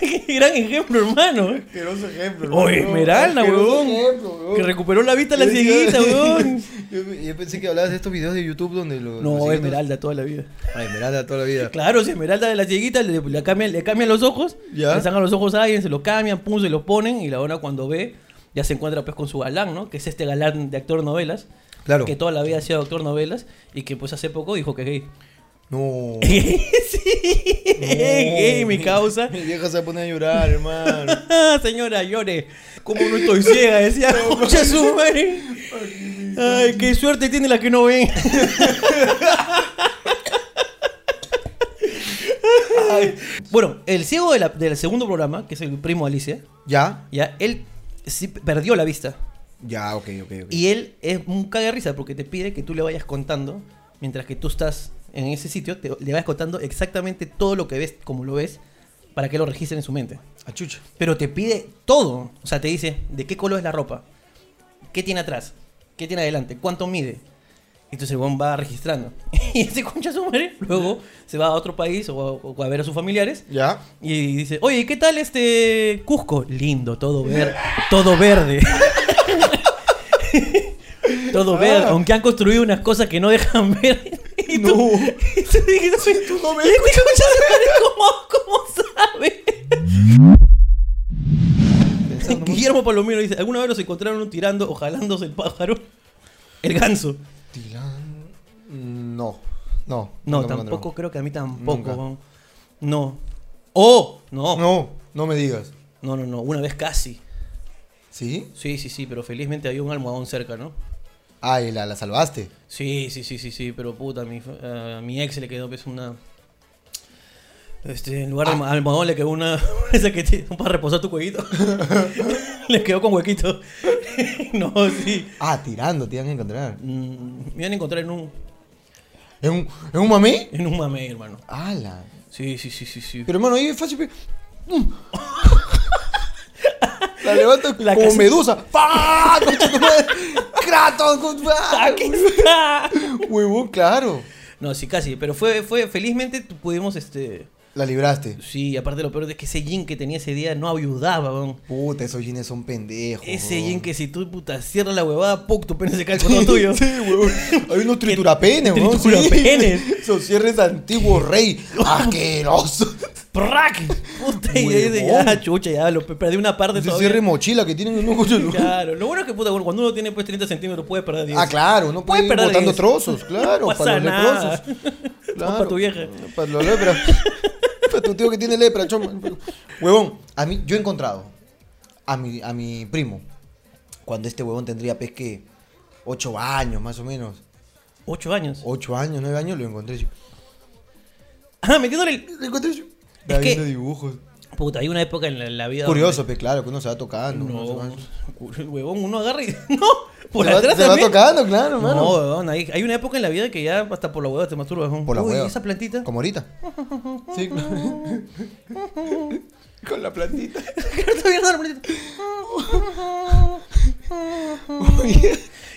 S3: Qué gran ejemplo, hermano.
S5: Asqueroso ejemplo. hermano.
S3: Oye, Esmeralda,
S5: Asqueroso
S3: weón.
S5: ejemplo, weón.
S3: Que recuperó la vista a la
S5: Yo decía-
S3: cieguita, weón.
S5: Yo, yo pensé que hablabas de estos videos de YouTube donde los. los
S3: No,
S5: cieguitos-
S3: Esmeralda toda la vida.
S5: Ah, Esmeralda toda la vida.
S3: Claro, si Esmeralda de la cieguita le, le cambian, le cambian los ojos,
S5: Ya.
S3: le sacan los ojos a alguien, se los cambian, pum, se los ponen y la hora cuando ve, ya se encuentra pues con su galán, ¿no? Que es este galán de actor novelas,
S5: Claro.
S3: que toda la vida ha sido actor novelas y que pues hace poco dijo que es gay.
S5: No. Oh.
S3: sí, es gay, mi causa.
S5: Mi vieja se va a poner a llorar, hermano.
S3: Señora, llore. Como no estoy ciega, decía. Concha su madre. Ay, qué suerte tiene la que no ven. bueno, el ciego de la- del segundo programa, que es el primo Alicia,
S5: ¿Ya?
S3: ya, él sí perdió la vista.
S5: Ya, ok, ok, ok.
S3: Y él es un caga de risa porque te pide que tú le vayas contando, mientras que tú estás en ese sitio, te- le vayas contando exactamente todo lo que ves, como lo ves, para que lo registre en su mente.
S5: A Ah, chucha.
S3: Pero te pide todo. O sea, te dice de qué color es la ropa, qué tiene atrás, qué tiene adelante, cuánto mide. Entonces el huevón va registrando. Y ese concha su madre luego se va a otro país o a, o a ver a sus familiares.
S5: ¿Ya?
S3: Y dice, oye, ¿y ¿qué tal este Cusco? Lindo, todo verde. Todo verde.
S5: Ah.
S3: todo verde. Aunque han construido unas cosas que no dejan ver. Y tú, no. Y tú, y tú-
S5: no me
S3: y este concha su madre, ¿cómo, cómo sabe?
S5: Pensando mucho.
S3: Guillermo Palomino dice, ¿alguna vez los encontraron tirando o jalándose el pájaro? El ganso.
S5: Tilán. Mm, No. No.
S3: No,
S5: nunca me
S3: tampoco creo que a mí
S5: Nunca.
S3: tampoco. No. ¡Oh! No.
S5: encontraron.
S3: no.
S5: No, no me digas.
S3: No, no, Una vez casi.
S5: ¿Sí?
S3: Sí, sí, sí, pero felizmente había un almohadón cerca, ¿no?
S5: Ah, y la, la salvaste.
S3: Sí, sí, sí, sí, sí, pero puta, mi, a mi ex le quedó pues una... Este, en lugar de ma- almohadón le quedó una... Esa que te- para reposar tu cuellito. le quedó con huequito. no, sí.
S5: Ah, tirando, te iban a encontrar.
S3: Mm, me iban a encontrar en un...
S5: ¿En un, en un mamé?
S3: En un mame, hermano.
S5: ¡Hala!
S3: Sí, sí, sí, sí, sí.
S5: Pero hermano, ahí es fácil. pe- Mm. la levanto
S3: La
S5: como
S3: casi-
S5: medusa. ¡Pah! ¡Concha tu madre! ¡Kratos! con- ¡Ah!
S3: ¡Aquí está!
S5: Huevón, claro.
S3: No, sí, casi. Pero fue, fue, felizmente tu- pudimos, este...
S5: La libraste.
S3: Sí, aparte lo peor es que ese jean que tenía ese día no ayudaba, weón.
S5: Puta, esos jeans son pendejos.
S3: Ese
S5: huevón.
S3: jean que si tú, puta, cierras la huevada, ¡puc! Tu pene se cae con tuyo.
S5: Sí, huevón. Hay unos triturapenes, huevón. sí.
S3: Triturapenes.
S5: Esos cierres antiguos, rey. Asqueroso.
S3: ¡Prac! Puta, y ahí dice,
S5: Huevón.
S3: ya, chucha, ya, lo pe- perdí una parte
S5: Ese
S3: todavía.
S5: cierre mochila que tienen unos
S3: Claro, lo bueno es que, puta, bueno, cuando uno tiene pues 30 centímetros puede perder 10.
S5: Ah, claro, no
S3: Puedes
S5: puede ir
S3: perder
S5: botando
S3: 10.
S5: trozos, claro,
S3: No
S5: para
S3: pasa
S5: los
S3: nada.
S5: leprosos.
S3: O para tu vieja.
S5: Para los lepra. para tu tío que tiene lepra, choma. Huevón, a mí, yo he encontrado a mi, a mi primo, cuando este huevón tendría pesque 8 años más o menos.
S3: 8 años.
S5: 8 años, 9 años, lo encontré yo.
S3: Ah, metiéndole el...
S5: Lo encontré yo.
S3: Es
S5: Estaba
S3: que-
S5: viendo dibujos.
S3: Puta, hay una época en la, en la vida... donde-
S5: Curioso, pues claro, que uno se va tocando. uno se va-
S3: No, huevón, uno agarra y... No, por
S5: se va,
S3: atrás
S5: se va
S3: también.
S5: tocando, claro,
S3: No,
S5: mano.
S3: weón, hay, hay una época en la vida que ya hasta por la hueva te masturbas. weón.
S5: Por la
S3: Uy,
S5: hueva.
S3: esa plantita.
S5: Como ahorita. Sí, claro. Con la plantita.
S3: Está bien, la plantita.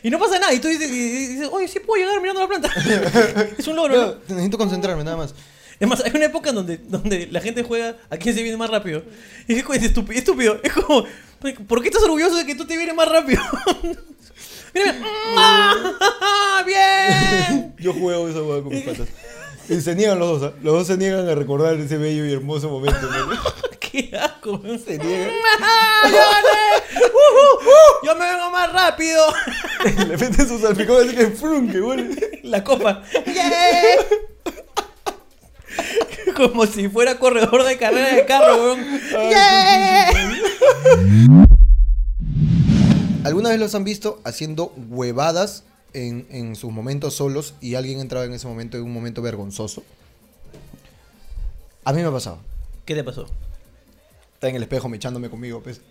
S3: y no pasa nada. Y tú dices, y- y dices, oye, sí puedo llegar mirando la planta. es un logro, ¿no?
S5: Necesito concentrarme, nada más.
S3: Es más, hay una época en donde, donde la gente juega a quién se viene más rápido. Y es como- es estúpido, estúpido. Es como, ¿por qué estás orgulloso de que tú te vienes más rápido? Mira, mira. ¡Ah! ¡Bien!
S5: Yo juego esa hueá con mis patas. Y se niegan los dos, ¿ah? Los dos se niegan a recordar ese bello y hermoso momento. ¿no?
S3: ¡Qué asco!
S5: Se niegan.
S3: ¡Ah, ¡Yo gané! ¡Ujú! ¡Yo me vengo más rápido!
S5: Le meten sus salpicones así que frun, que huele.
S3: La copa. ¡Yay! Como si fuera corredor de carrera de carro, weón.
S5: ¿Alguna vez los han visto haciendo huevadas en, en sus momentos solos y alguien entraba en ese momento en un momento vergonzoso? A mí me ha pasado.
S3: ¿Qué te pasó?
S5: Está en el espejo mechándome conmigo, pues.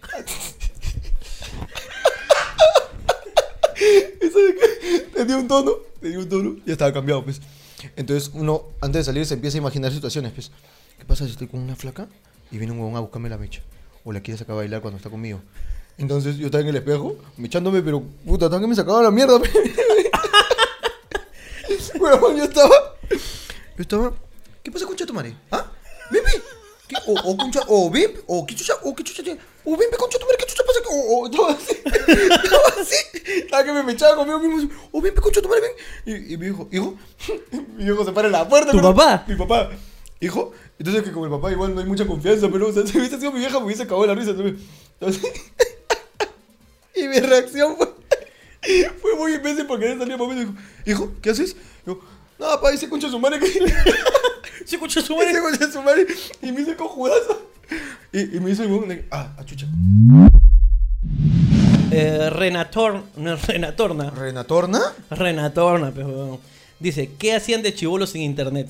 S5: Eso de que Tenía un tono, tenía un tono, ya estaba cambiado, pues. Entonces uno, antes de salir, se empieza a imaginar situaciones, pues. ¿Qué pasa si estoy con una flaca y viene un huevón a buscarme la mecha? O la quiere sacar a bailar cuando está conmigo. Entonces yo estaba en el espejo, mechándome, pero puta, tan que me sacaba la mierda, pues. Huevón, yo estaba. Yo estaba. ¿Qué pasa con Chatumare? ¿Ah? ¿Bimbi? ¿Qué? ¿O, o concha? ¿O Bimbi? ¿O qué chucha? ¿O qué chucha tiene? ¿O Bimbi con Chatumare? ¿Qué chucha pasa? ¿O, o estaba así? Estaba así. Estaba que me echaba conmigo mismo. así, ¿O Bimbi con Chatumare? Ven. Y, y mi hijo, hijo. Mi hijo se para en la puerta.
S3: ¿Tu
S5: pero-
S3: papá?
S5: Mi papá. Hijo. Entonces que con el papá igual no hay mucha confianza, pero o sea, si hubiese sido mi vieja me hubiese acabado la risa. ¿sabes? Entonces, y mi reacción fue. Fue muy imbécil porque él salía papá y dijo, hijo, ¿qué haces? Yo, no, papá, dice concha de su madre que
S3: Se escuchó su
S5: dice concha de su madre y me hice con judazo. Y, y me hizo el huevón de, ah, a chucha.
S3: Eh, Renator, no, Renatorna.
S5: ¿Renatorna?
S3: Renatorna, pues, weón. Dice, ¿qué hacían de chivolos sin internet?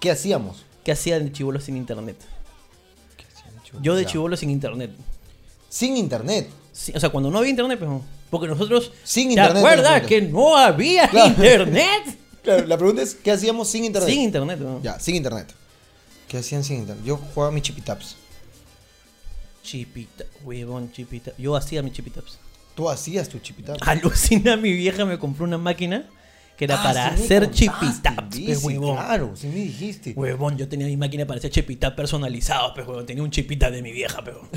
S5: ¿Qué hacíamos?
S3: ¿Qué hacían de chivolos sin internet? Yo de chivolos sin internet.
S5: Sin internet.
S3: Sí, o sea, cuando no había internet, pues, weón. porque nosotros...
S5: Sin
S3: ¿Te
S5: internet,
S3: acuerdas
S5: nosotros.
S3: que no había
S5: Claro.
S3: internet?
S5: Claro, la pregunta es, ¿qué hacíamos sin internet?
S3: sin internet, weón.
S5: Ya, sin internet. ¿Qué hacían sin internet? Yo jugaba mis chipitaps.
S3: Chipita, huevón, chipita. Yo hacía mis chipitaps.
S5: Tú hacías tu chipitap.
S3: Alucina, mi vieja me compró una máquina que era
S5: Ah,
S3: para
S5: sí me
S3: hacer
S5: contaste,
S3: chipitaps,
S5: Lizzy,
S3: pues, huevón.
S5: Claro, sí me dijiste.
S3: Huevón, yo tenía mi máquina para hacer chipita personalizado, pero huevón, tenía un chipita de mi vieja, pero.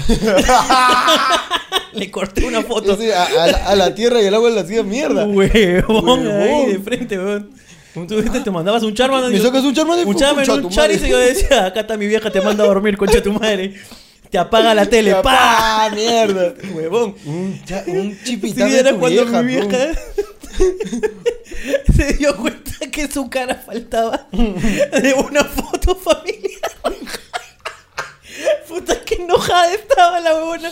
S3: Le corté una foto.
S5: Ese, a, a la- a la tierra y al agua le hacía mierda.
S3: Huevón, ahí
S5: Huevón.
S3: de frente, huevón. Tú viste, te mandabas un Charmander.
S5: ¿Me
S3: yo-
S5: sacas un Charmander?
S3: Un
S5: Fu-
S3: Charmander,
S5: concha
S3: un
S5: tu madre.
S3: Charizard. Y yo decía, acá está mi vieja, te manda a dormir, concha tu madre. Te apaga la tele,
S5: Ya,
S3: pa.
S5: pa, mierda.
S3: Huevón.
S5: Un, cha- un
S3: Sí,
S5: chipitap de
S3: era
S5: tu
S3: cuando
S5: vieja,
S3: mi
S5: pum.
S3: vieja se dio cuenta que su cara faltaba de una foto familiar. Puta, que enojada estaba la huevona.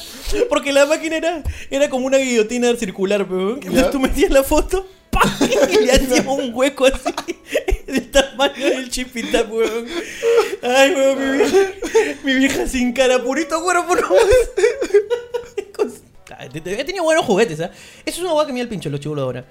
S3: Porque la máquina era, era como una guillotina circular, huevón. Entonces
S5: Ya.
S3: tú metías la foto ¡pa! y le hacías un hueco así. Del tamaño del chipita, huevón. Ay, huevón, mi vieja, mi vieja sin cara, purito cuerpo, no más. Cos- Ah, te- te- He tenido buenos juguetes, ¿ah? Eso es una hueá que mira el pincho los chibolos ahora.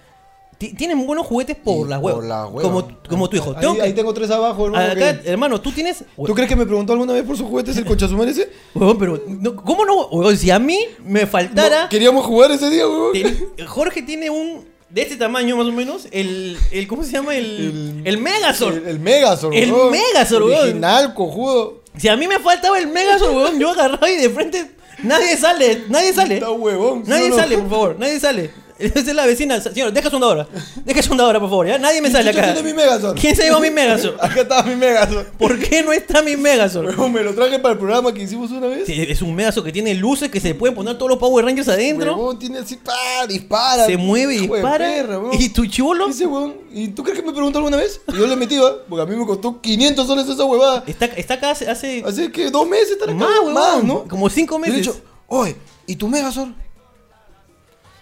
S3: Ti- Tienen buenos juguetes por
S5: Y
S3: la hueva.
S5: por la hueva.
S3: Como, como tu hijo.
S5: Ahí,
S3: Tengo que-
S5: ahí tengo tres abajo, hermano.
S3: acá,
S5: que-
S3: hermano, tú tienes.
S5: ¿Tú crees que me preguntó alguna vez por sus juguetes el conchazumar ese?
S3: Huevón, pero. no, ¿Cómo no? Huevón, si a mí me
S5: No,
S3: faltara.
S5: queríamos jugar ese día, weón.
S3: Ten- Jorge tiene un. De este tamaño, más o menos. El. el ¿Cómo se llama? El. El, Megazord.
S5: El, el Megazord,
S3: El
S5: weón.
S3: Megazord, weón.
S5: Original, cojudo.
S3: Si a mí me faltaba el Megazord, huevón, yo agarraba y de frente. Nadie sale, nadie sale.
S5: Está huevón. ¿sí
S3: Nadie
S5: o no?
S3: sale, por favor, nadie sale. Esa es la vecina. Señor, deja su andadora. Deja su andadora, por favor, ya. Nadie me
S5: ¿Quién
S3: sale
S5: chucha
S3: acá.
S5: tiene mi Megazord?
S3: ¿Quién se llevó mi Megazord?
S5: Acá estaba mi Megazord.
S3: ¿Por qué no está mi Megazord?
S5: Weón, me lo traje para el programa que hicimos una vez.
S3: Sí, Es un Megazord que tiene luces que se pueden poner todos los Power Rangers adentro.
S5: Huevón, tiene así, pa, dispara.
S3: Se mueve y
S5: Hijo de
S3: dispara.
S5: perra, weón.
S3: Y tu chivolo
S5: Ese huevón, ¿y tú crees que me preguntó alguna vez? Y yo le metí, ¿va? Porque a mí me costó 500 soles esa huevada.
S3: está, está acá hace, hace
S5: Así que dos meses estar acá.
S3: Eh, más, huevón.
S5: más, ¿no?
S3: Como cinco
S5: Yo le he
S3: meses.
S5: dicho, oye, ¿y tu Megazord?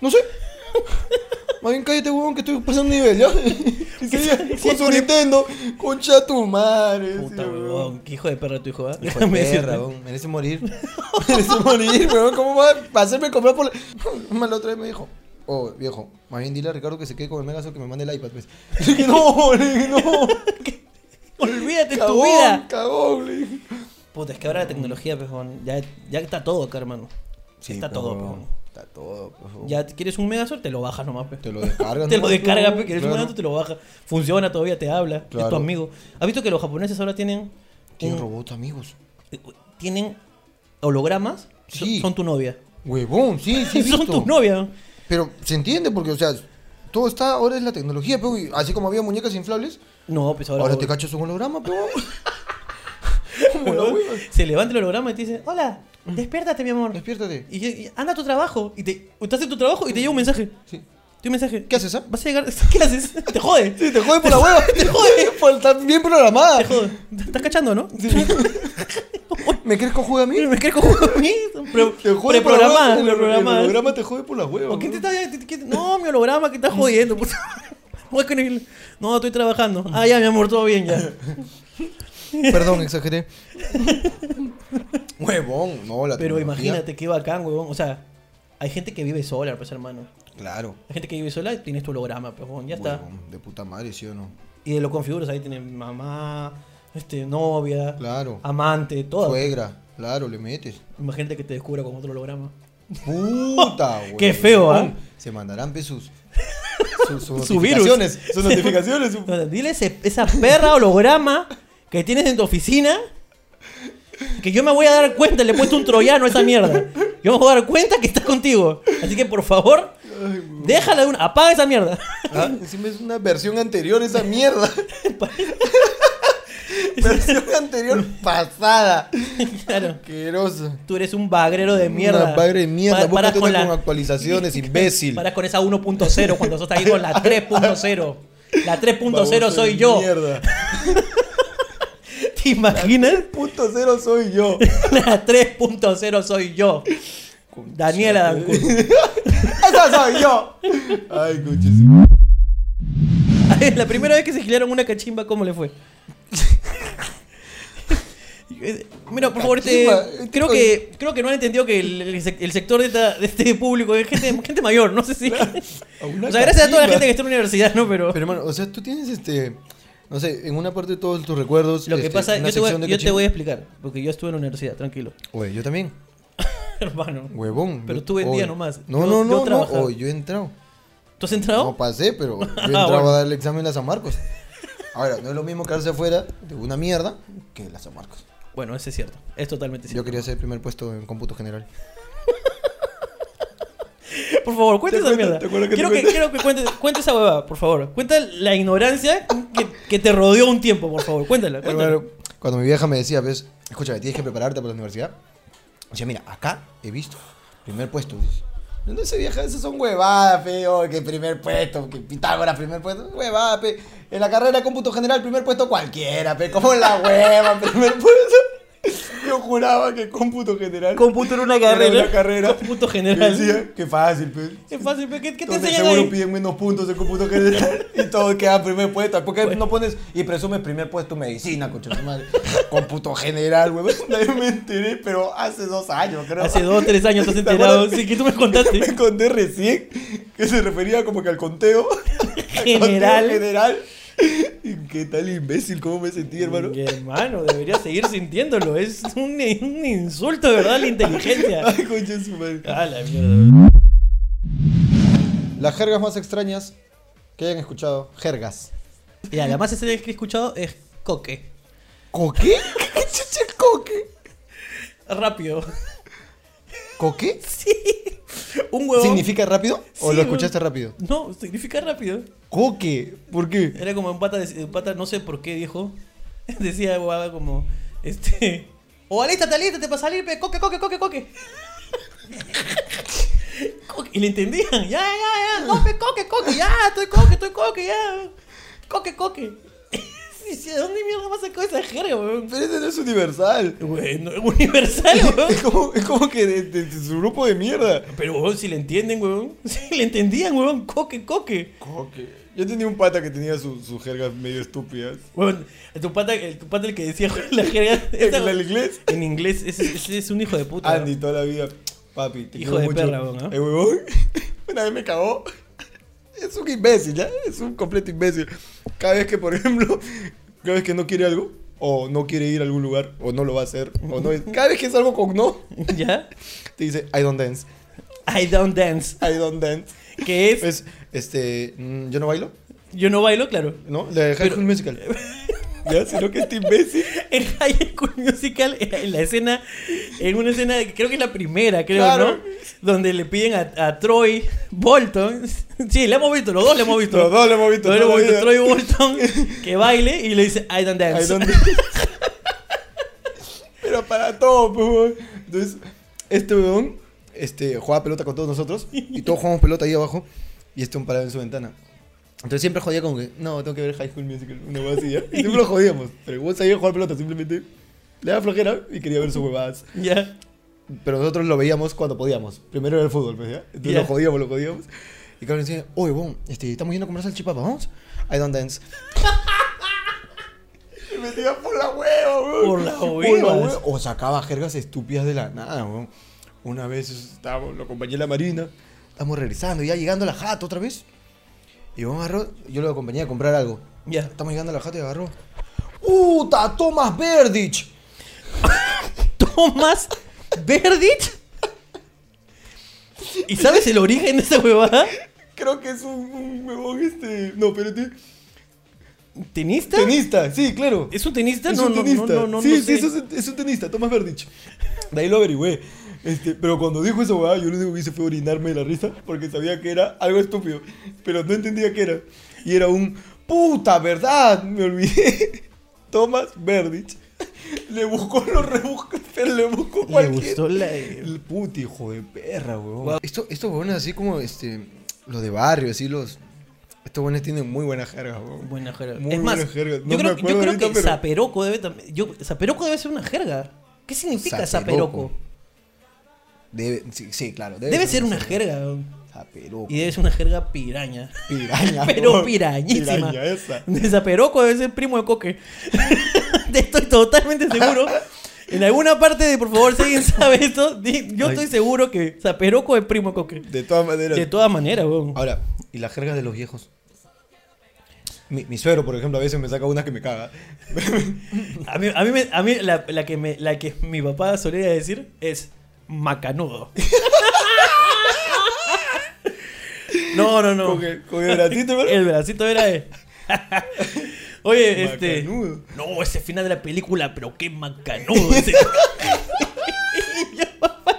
S5: No sé. Más bien cállate, huevón, que estoy pasando nivel, ¿ya? Y seguía con su Nintendo, concha tu madre.
S3: Puta,
S5: sí,
S3: huevón. Qué hijo de perra tu hijo, ¿ah?
S5: Hijo de
S3: Déjame
S5: perra,
S3: decirte.
S5: huevón, merece morir. merece morir, huevón. ¿Cómo va a hacerme comprar por la... Más la otra vez me dijo, oh, viejo, más bien dile a Ricardo que se quede con el Megazord que me mande el iPad, pues. Le dije, no, le dije, no.
S3: Olvídate tu
S5: Cagón,
S3: vida.
S5: cagón, le dije.
S3: Puta, es que ahora la tecnología, pejón. pues, Ya, ya está todo acá, hermano.
S5: Sí,
S3: está
S5: pero,
S3: todo,
S5: huevón.
S3: pejón.
S5: Está todo, pues,
S3: Ya te- quieres un Megazord, te lo bajas nomás, pe.
S5: Te lo descargan.
S3: Te lo
S5: ¿no?
S3: descarga, pe, quieres un
S5: Claro.
S3: Megazord, te lo bajas. Funciona todavía, te habla, es tu
S5: Claro.
S3: amigo. ¿Has visto que los japoneses ahora tienen
S5: Tienen
S3: un-
S5: robots amigos.
S3: tienen hologramas? Son-
S5: Sí.
S3: Son, tu novia.
S5: Huevón, sí, sí. he
S3: son
S5: visto.
S3: tu novia.
S5: Pero se entiende porque, o sea, todo está, ahora es la tecnología, pero así como había muñecas inflables,
S3: No, pues ahora.
S5: ahora te cachas un holograma, pero.
S3: Se levanta el holograma y te dice, hola, despiértate, mi amor.
S5: Despiértate.
S3: Y, y- anda a tu trabajo. Y te, o estás en tu trabajo y te llega un mensaje. Te
S5: Sí.
S3: llega un mensaje.
S5: ¿Qué haces, ah?
S3: Vas a llegar. ¿Qué haces? Te jode.
S5: Te jode por la hueva, te jode, por estar bien
S3: Te
S5: programada.
S3: jode. Te Estás cachando, ¿no?
S5: ¿Me crees que juega a mí?
S3: Me crees como a mí. Pre-
S5: Te jode por la hueva.
S3: Preprogramada.
S5: El
S3: preprogramada.
S5: holograma te jode por la hueva.
S3: ¿O quién te
S5: ¿no?
S3: está, te- te- no, mi holograma que está jodiendo. puta. Voy con él. No, estoy trabajando. Ah, ya, mi amor, todo bien ya.
S5: Perdón, exageré. Huevón, no, la
S3: Pero
S5: tecnología-
S3: imagínate qué bacán, huevón. O sea, hay gente que vive sola, pues hermano.
S5: Claro.
S3: Hay gente que vive sola y tienes tu holograma, pues huevón, ya está.
S5: Huevón, de puta madre, ¿sí o no?
S3: Y lo configuras, ahí tienes mamá, este, novia,
S5: Claro.
S3: amante, todo.
S5: Suegra, claro, le metes.
S3: Imagínate que te descubra con otro holograma.
S5: Puta, güey.
S3: Qué feo, ¿ah?
S5: Se mandarán pe sus. Sus, sus
S3: Su virus.
S5: notificaciones. Sus notificaciones. su-
S3: Entonces, dile ese- esa perra holograma que tienes en tu oficina que yo me voy a dar cuenta, le he puesto un troyano a esa mierda. Yo me voy a dar cuenta que está contigo. Así que por favor, déjala de una. Apaga esa mierda.
S5: Ah, Encima es una versión anterior esa mierda. versión anterior pasada.
S3: claro.
S5: Asquerosa.
S3: Tú eres un bagrero de mierda.
S5: Una bagre de mierda.
S3: Pa-
S5: Vos
S3: paras
S5: contenta
S3: con
S5: con,
S3: la-
S5: actualizaciones, imbécil.
S3: Paras con esa 1.0 cuando sos ahí con la 3.0. La 3.0
S5: Baboso de
S3: soy yo.
S5: Mierda.
S3: ¿Te imaginas?
S5: Punto cero soy yo.
S3: La 3.0 soy yo. Daniela Dancourt.
S5: Esa soy yo. Ay, cuchis.
S3: La primera vez que se gilaron una cachimba, ¿cómo le fue? Mira, por favor, este,
S5: Cachimba,
S3: creo,
S5: tipo-
S3: que, creo que no han entendido que el, el sec- el sector de, esta- de este público es gente, gente mayor, no sé si...
S5: una
S3: o sea, gracias a toda la
S5: cachimba.
S3: gente que está en la universidad, ¿no? Pero,
S5: Pero hermano, o sea, tú tienes este. No sé, en una parte de todos tus recuerdos.
S3: lo que
S5: este,
S3: pasa,
S5: una
S3: yo te, voy,
S5: sección de
S3: yo te
S5: cachimbo.
S3: voy a explicar, porque yo estuve en la universidad, tranquilo.
S5: Oye, yo también.
S3: Hermano,
S5: Huevón.
S3: Pero
S5: yo-
S3: tú vendías
S5: oye.
S3: nomás.
S5: No,
S3: Yo-
S5: no,
S3: yo
S5: no, no.
S3: trabajaba.
S5: Oye, yo he entrado.
S3: ¿tú has
S5: No,
S3: entrado?
S5: pasé, pero yo
S3: Ah,
S5: entraba
S3: bueno.
S5: a dar el examen a San Marcos. Ahora, no es lo mismo quedarse afuera de una mierda que la San Marcos.
S3: Bueno, eso es cierto, es totalmente
S5: Yo
S3: cierto.
S5: quería ser el primer puesto en cómputo general.
S3: Por favor, cuenta esa
S5: acuerdas-
S3: mierda.
S5: te acuerdas que te
S3: quiero, que,
S5: cuente?
S3: quiero que cuentes cuente esa huevada, por favor. Cuenta la ignorancia que, que te rodeó un tiempo, por favor.
S5: Eh,
S3: Cuéntala, cuéntala.
S5: Hermano, cuando mi vieja me decía, ves, escúchame, tienes que prepararte para la universidad. Decía, mira, acá he visto primer puesto. Dice, No sé, vieja, esas son huevadas, fe, oh, que primer puesto, que Pitágoras primer puesto, huevada, fe. En la carrera de cómputo general, primer puesto cualquiera, fe, como la hueva, primer puesto. Yo juraba que cómputo general.
S3: Computo en una
S5: Era
S3: carrera.
S5: una carrera.
S3: Computo
S5: Yo
S3: general.
S5: decía, qué fácil, pues.
S3: Qué fácil, pero ¿qué, qué te
S5: Entonces
S3: enseñan
S5: seguro
S3: ahí?
S5: piden menos puntos en cómputo general y todo queda en primer puesto. ¿Por qué
S3: Pues-
S5: no pones y presumes primer puesto medicina, coche de su madre? Cómputo general, huevón. Nadie me enteré, pero hace dos años, creo.
S3: Hace dos, tres años estás
S5: ¿Te
S3: enterado.
S5: acuerdas?
S3: Sí, que tú me contaste.
S5: Me conté recién que se refería como que al conteo. al conteo
S3: General.
S5: general. Y qué tal imbécil, cómo me sentí, hermano.
S3: Mi hermano, debería seguir sintiéndolo. Es un, un insulto, de verdad, a la inteligencia.
S5: Ay, coche de su madre.
S3: Ah, la mierda.
S5: Las jergas más extrañas que hayan escuchado. Jergas.
S3: Mira, la más extraña que he escuchado es coque.
S5: ¿Coqué? ¿Qué chucha es coque?
S3: Rápido.
S5: ¿Coqué?
S3: Un huevo.
S5: ¿Significa rápido? ¿O
S3: Sí,
S5: lo escuchaste
S3: huevón.
S5: rápido?
S3: No, significa rápido.
S5: Coque, ¿por qué?
S3: Era como un pata, de- un pata no sé por qué dijo. Decía huevada como, este. O alístate, alístate para salir, pe, coque, coque, coque, coque. Coque, Y le entendían, ya, ya, ya, no, pe, coque, coque, ya, estoy coque, estoy coque, ya. Coque, coque. Y decía, ¿De dónde mierda más sacó esa jerga, weón?
S5: Pero ese no es universal.
S3: Bueno, es universal, weón.
S5: Es como, es como que de, de- de su grupo de mierda.
S3: Pero, weón, si le entienden, weón. Si le entendían, weón, coque, coque.
S5: Coque. Yo tenía un pata que tenía su- sus jergas medio estúpidas.
S3: Bueno, tu pata, el, tu pata el que decía la jerga.
S5: ¿En el inglés?
S3: En inglés, ese ese es un hijo de puta.
S5: Andy, toda la vida. Papi, te
S3: Hijo
S5: quiero
S3: de
S5: mucho.
S3: perra, weón, ¿no?
S5: Eh, huevón, Una vez me cagó. Es un imbécil, ¿ya? Es un completo imbécil. Cada vez que, por ejemplo, cada vez que no quiere algo, o no quiere ir a algún lugar, o no lo va a hacer, o no es. Cada vez que es algo con no,
S3: ¿no? ¿Ya?
S5: te dice, I don't dance.
S3: I don't dance.
S5: I don't dance.
S3: Que es,
S5: Es, este, mm, yo no bailo,
S3: Yo no bailo, claro.
S5: ¿no? Le dejé el musical. ya, sino que este imbécil.
S3: En High School Musical, en la escena, en una escena, que creo que es la primera, creo,
S5: Claro.
S3: ¿no? Donde le piden a, a Troy Bolton. Sí, le hemos visto, los dos le hemos visto.
S5: Los dos le hemos visto,
S3: Los dos le hemos visto,
S5: toda
S3: Troy
S5: la
S3: Bolton, que baile y le dice, I don't dance.
S5: I don't dance. Pero para todo, pues, weón. Entonces, este weón este, jugaba pelota con todos nosotros. Y todos jugamos pelota ahí abajo. Y este un parado en su ventana. Entonces siempre jodía como que, no, tengo que ver High School Musical, una huevada así, ¿ya? Y siempre lo jodíamos. Pero el weón sabía jugar pelota, simplemente le daba flojera y quería ver sus huevadas.
S3: Ya.
S5: Pero nosotros lo veíamos cuando podíamos. Primero era el fútbol, pues, ¿ya? Entonces
S3: Ya.
S5: lo jodíamos, lo jodíamos. Y Carlos decía, oye, bon, este, estamos yendo a comer salchipapa, ¿vamos? I don't dance. y me metía por la hueva, weón.
S3: Por la
S5: la
S3: huevas.
S5: hueva. O sacaba jergas estúpidas de la nada, weón. Una vez estábamos, lo acompañé en la marina. Estamos regresando, ya llegando a la jato otra vez. Y bon agarró, yo lo acompañé a comprar algo.
S3: Ya.
S5: Estamos llegando a la jato y agarró. ¡Uta, Tomás Verdich!
S3: Thomas Verdich. ¿Y sabes el origen de esa huevada?
S5: Creo que es un, un huevón este. No, pero te-
S3: ¿Tenista?
S5: tenista, sí, claro.
S3: ¿Es un tenista?
S5: Es
S3: no,
S5: un
S3: no,
S5: tenista.
S3: no, no, no,
S5: sí,
S3: no
S5: sí,
S3: sé.
S5: es un, es un tenista, Tomás Verdich. De ahí lo averigüé. Este, pero cuando dijo esa huevada, yo lo único que hice fue orinarme de la risa porque sabía que era algo estúpido, pero no entendía qué era. Y era un puta verdad, me olvidé. Tomás Verdich le buscó los rebuscos, pero le eh, buscó
S3: Le
S5: cualquier.
S3: gustó la...
S5: El puto hijo de perra, weón. Esto, estos huevones así como este, los de barrio, así los. Estos huevones tienen muy buena jerga, weón.
S3: Buena jerga.
S5: Muy
S3: es más,
S5: buena jerga. No
S3: yo, creo,
S5: me
S3: yo
S5: acuerdo
S3: creo
S5: ahorita,
S3: que
S5: pero-
S3: Zaperoco debe también. yo- Zaperoco debe ser una jerga. ¿Qué significa Zaperoco?
S5: Zaperoco. Debe, sí, sí, claro.
S3: Debe ser una jerga. weón.
S5: Zaperoco.
S3: Y debe ser una jerga piraña.
S5: Piraña.
S3: Pero
S5: weón.
S3: pirañísima.
S5: Piraña esa.
S3: De Zaperoco debe ser primo de Coque. De esto estoy totalmente seguro. En alguna parte de, por favor, si alguien sabe esto, di- yo estoy seguro que Zaperoco es primo de Coque.
S5: De todas maneras.
S3: De todas maneras, weón.
S5: Ahora, ¿y las jergas de los viejos? Mi, mi suegro, por ejemplo, a veces me saca una que me caga.
S3: A mí, a mí, me- a mí la, la que me, la que mi papá solía decir es macanudo. No, no, no.
S5: Con el, con el bracito, ¿verdad?
S3: El bracito era de. Oye, este.
S5: Macanudo.
S3: No, ese final de la película, pero qué macanudo. ese. Y yo, papá,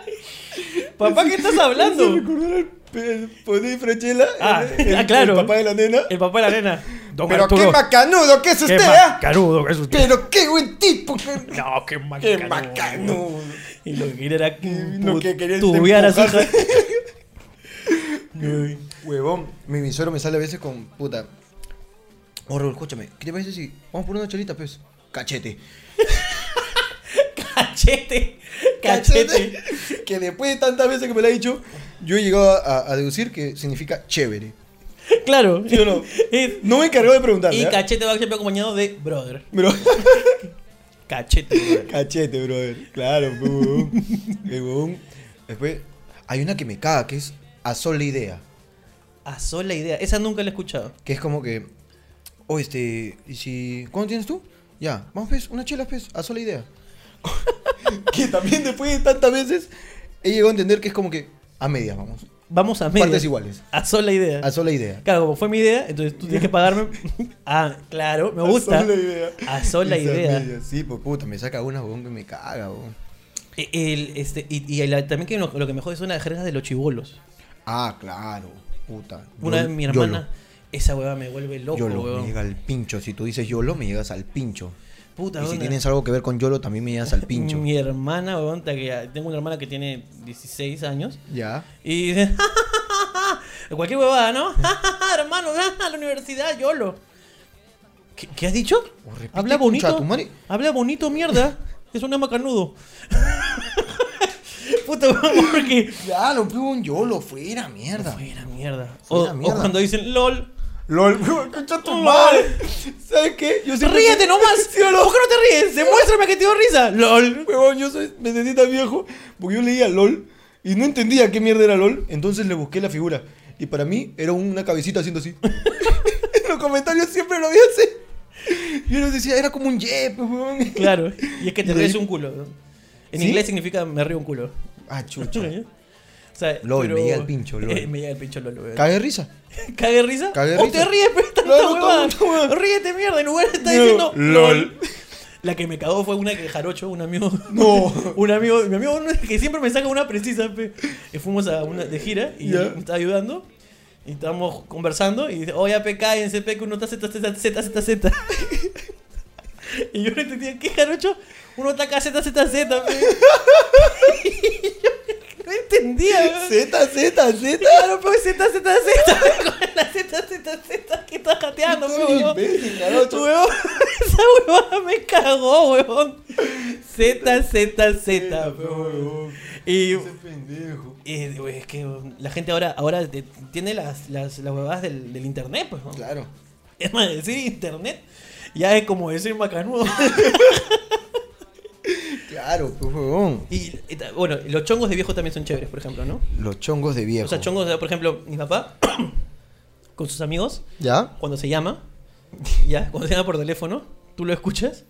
S3: papá, ¿qué estás
S5: Me hizo
S3: hablando?
S5: recordar al pe- el Poné Franchella,
S3: Ah,
S5: el, el-
S3: ah, claro.
S5: el papá de la nena.
S3: El papá de la nena. Don
S5: Pero
S3: Arturo.
S5: qué macanudo que es
S3: Qué
S5: usted, ¿ah?
S3: macanudo que es usted.
S5: Pero qué buen tipo. Qué,
S3: No, qué macanudo.
S5: qué macanudo.
S3: Y lo que quería era que
S5: Lo que quería es
S3: tuviar a su hija.
S5: empujarse. Ay, Huevón, mi, mi suegro me sale a veces con puta. Oh, Raúl, escúchame, ¿qué te parece si vamos por una cholita, pues? Cachete.
S3: Cachete. Cachete.
S5: que después de tantas veces que me lo ha dicho, yo he llegado a, a deducir que significa chévere.
S3: Claro.
S5: ¿Sí o no?
S3: Es-
S5: No me encargó de preguntarle.
S3: y
S5: ¿ah?
S3: cachete va siempre acompañado de brother.
S5: Pero-
S3: Cachete, brother.
S5: Cachete, brother. Claro, pues, huevón. El huevón. Después, hay una que me caga, que es a sola idea.
S3: A sola idea. Esa nunca la he escuchado.
S5: Que es como que. O este. ¿Y si. ¿Cuándo tienes tú? Ya, vamos, pues, una chela, pues, a sola idea. que también después de tantas veces he llegado a entender que es como que. A medias, vamos.
S3: Vamos a medias.
S5: Partes iguales.
S3: A sola idea.
S5: A sola idea.
S3: Claro, como fue mi idea, entonces tú tienes que pagarme. ah, claro, me gusta. A sola
S5: Esa
S3: idea.
S5: media, Sí, pues puta, me saca una, huevón, que me caga, huevón.
S3: E- El, este, y y la- también que lo, lo que me jode son las jergas de los chibolos.
S5: Ah, claro, puta.
S3: Una
S5: Yo-
S3: vez mi
S5: yolo.
S3: hermana, esa hueva me vuelve loco,
S5: Yolo, me
S3: huevón.
S5: llega al pincho. Si tú dices YOLO, me llegas al pincho.
S3: Puta,
S5: y si
S3: huevón.
S5: tienes algo que ver con YOLO, también me llegas al pincho.
S3: Mi hermana, huevón, ta que- tengo una hermana que tiene 16 años.
S5: ya.
S3: Y dice, "Ja, ja, ja, ja". cualquier huevada, ¿no? "Ja, ja, ja, hermano, ja, a la universidad, YOLO. ¿Qué, qué has dicho?
S5: O Oh, repite,
S3: Habla
S5: concha
S3: bonito.
S5: tu madre.
S3: Habla bonito, mierda. Es un macanudo. Puta, huevón, porque.
S5: Claro, pues un YOLO, fuera, mierda.
S3: Fuera mierda. O,
S5: Fuera
S3: o
S5: mierda.
S3: cuando dicen LOL.
S5: LOL, weón, concha tu madre. ¿Sabes qué? Yo siempre-
S3: ríete nomás. ¿Por qué no te ríes? Demuéstrame que te dio risa. LOL.
S5: Huevón, yo soy necesita viejo porque yo leía LOL y no entendía qué mierda era LOL, entonces le busqué la figura. Y para mí era una cabecita haciendo así. en los comentarios siempre lo vi así. Yo les decía, era como un yep, pues, huevón.
S3: Claro. Y es que te
S5: Y de
S3: ríes
S5: ahí-
S3: un culo. En
S5: ¿Sí?
S3: inglés significa me río un culo.
S5: Ah, chucha.
S3: sea,
S5: Lol,
S3: pero-
S5: me llega el pincho, lol.
S3: Eh, me llega el pincho, lol. weón.
S5: Cague de risa.
S3: ¿Cague risa?
S5: Cague
S3: ¿O
S5: risa.
S3: te ríes, pero tanta
S5: Claro,
S3: huevada?
S5: tanta huevada.
S3: Ríete, mierda. En lugar de estar
S5: No,
S3: diciendo
S5: lol.
S3: La que me cagó fue una que Jarocho, un amigo.
S5: No.
S3: un amigo, mi amigo que siempre me saca una precisa. pe. Y fuimos a una de gira y
S5: Ya.
S3: me estaba ayudando. Y estábamos conversando y dice, oye, pe, cállense, pe, que uno está Z, Z, Z, Z, Z. Y yo no entendía, ¿qué Jarocho? Uno está acá Z, Z, Z, pe. Y yo no entendía, weón.
S5: Z, Z, Z.
S3: Claro, pues Z, Z, Z. Con la Z, Z, Z que está jateando,
S5: Tú
S3: pe,
S5: eres
S3: huevón.
S5: imbécil, Jarocho.
S3: Huevón, Esa huevada me cagó, huevón. Z, Z, Z, pe, huevón. Y.
S5: pendejo.
S3: y, güey, es que huevón, la gente ahora, ahora te- tiene las, las, las huevadas del, del internet, pues. ¿no?
S5: Claro.
S3: Es más, decir internet ya es como decir macanudo.
S5: Claro, pues, huevón.
S3: y, y ta- bueno, los chongos de viejo también son chéveres, por ejemplo, ¿no?
S5: Los chongos de viejo.
S3: O sea, chongos, por ejemplo, mi papá con sus amigos
S5: ¿Ya?
S3: cuando se llama, ya, cuando se llama por teléfono, tú lo escuchas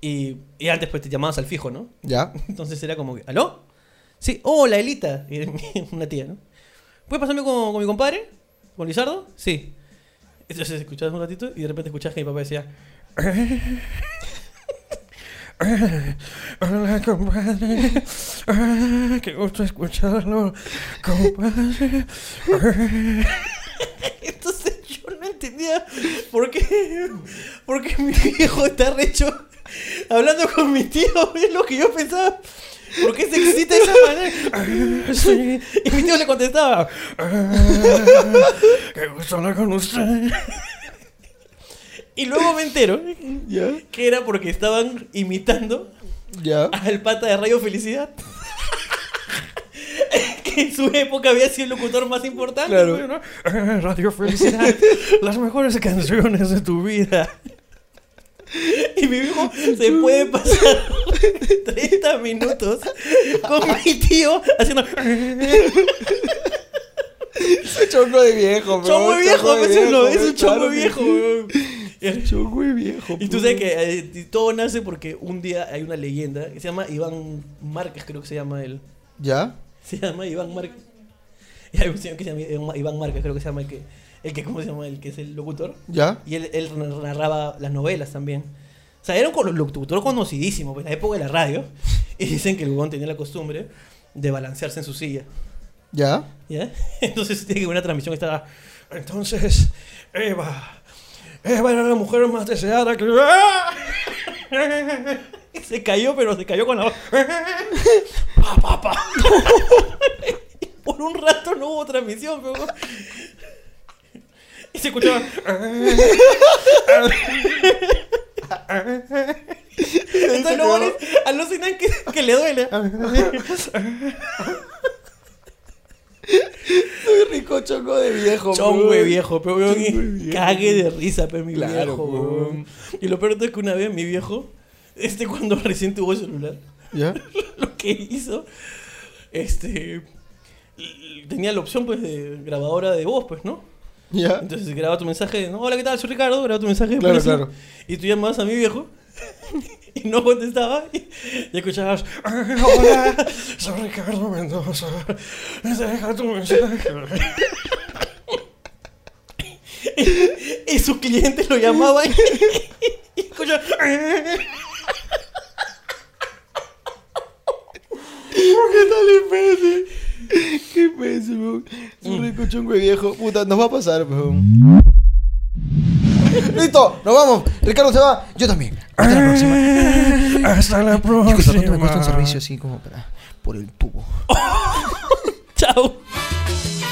S3: y, y antes pues te llamabas al fijo, ¿no?
S5: ¿Ya?
S3: Entonces era como que, ¿aló? Sí, hola Elita, Y una tía, ¿no? ¿Puedes pasarme con, con mi compadre? ¿Con Lizardo? Sí. Entonces escuchabas un ratito y de repente escuchabas que mi papá decía,
S6: Hola, compadre. Ah, qué gusto escucharlo, compadre.
S3: Entonces yo no entendía por qué, por qué mi viejo está recho hablando con mi tío, es lo que yo pensaba. ¿Por qué se excita de esa manera? Sí. Y mi tío le contestaba.
S6: Ah, qué gusto hablar con usted.
S3: Y luego me entero
S5: ¿Ya?
S3: que era porque estaban imitando
S5: ¿Ya?
S3: al pata de Rayo Felicidad. Que en su época había sido el locutor más importante.
S5: Claro.
S3: pues, ¿no?
S6: Ah, Radio Felicidad, las mejores canciones de tu vida.
S3: Y mi viejo se puede pasar 30 minutos con mi tío haciendo.
S5: Ese chongo de viejo,
S3: Chongo muy viejo,
S5: de
S3: pues, es lo- es
S5: pues,
S3: un chongo
S5: claro que
S3: viejo,
S5: sí.
S3: weón.
S5: Chongo de viejo. pues.
S3: Y tú sabes que eh, y todo nace porque un día hay una leyenda que se llama Iván Márquez, creo que se llama él.
S5: ¿Ya?
S3: Se llama Iván Márquez. Y hay un señor que se llama Iván Márquez, creo que se llama el que, el que ¿cómo se llama? El que es el locutor.
S5: ¿Ya?
S3: Y él, él narraba las novelas también. O sea, era un colo- locutor conocidísimo, pues, en la época de la radio. Y dicen que el huevón tenía la costumbre de balancearse en su silla.
S5: ¿Ya?
S3: ¿Ya? Entonces tiene que una transmisión que estaba.
S6: Entonces, Eva. Eva era la mujer más deseada que. ¡Ah!
S3: Se cayó, pero se cayó con la. Pa, pa, pa. Y Por un rato no hubo transmisión, pero. Y se escuchaba. Entonces los buenos alucinan que, que le duele.
S5: Qué rico chongo de viejo.
S3: Chongo de
S5: weón.
S3: viejo, pero weón,
S5: Chongo de viejo.
S3: cague de risa, pero mi
S5: Claro,
S3: viejo, weón. Y lo peor de todo es que una vez mi viejo, este cuando recién tuvo celular,
S5: ¿Ya?
S3: lo que hizo, este, l- tenía la opción pues de grabadora de voz, pues, ¿no?
S5: ¿Ya?
S3: Entonces graba tu mensaje, no, hola, ¿qué tal? Soy Ricardo, graba tu mensaje.
S5: Claro,
S3: por eso.
S5: claro.
S3: Y tú llamabas a mi viejo y no contestaba y, y escuchabas,
S6: Ah, Hola, soy Ricardo Mendoza. Deja tu mensaje.
S3: y sus clientes lo llamaban y, escuchaba,
S5: ¿Qué tal imbécil? Qué imbécil, weón. Es un rico chongo de viejo. Puta, nos va a pasar, weón. Listo, nos vamos. Ricardo se va, yo también. Hasta la próxima.
S6: Hasta la próxima.
S5: Disculpa, ¿cuánto me cuesta un servicio así como para por el tubo?
S3: chao.
S4: Chao,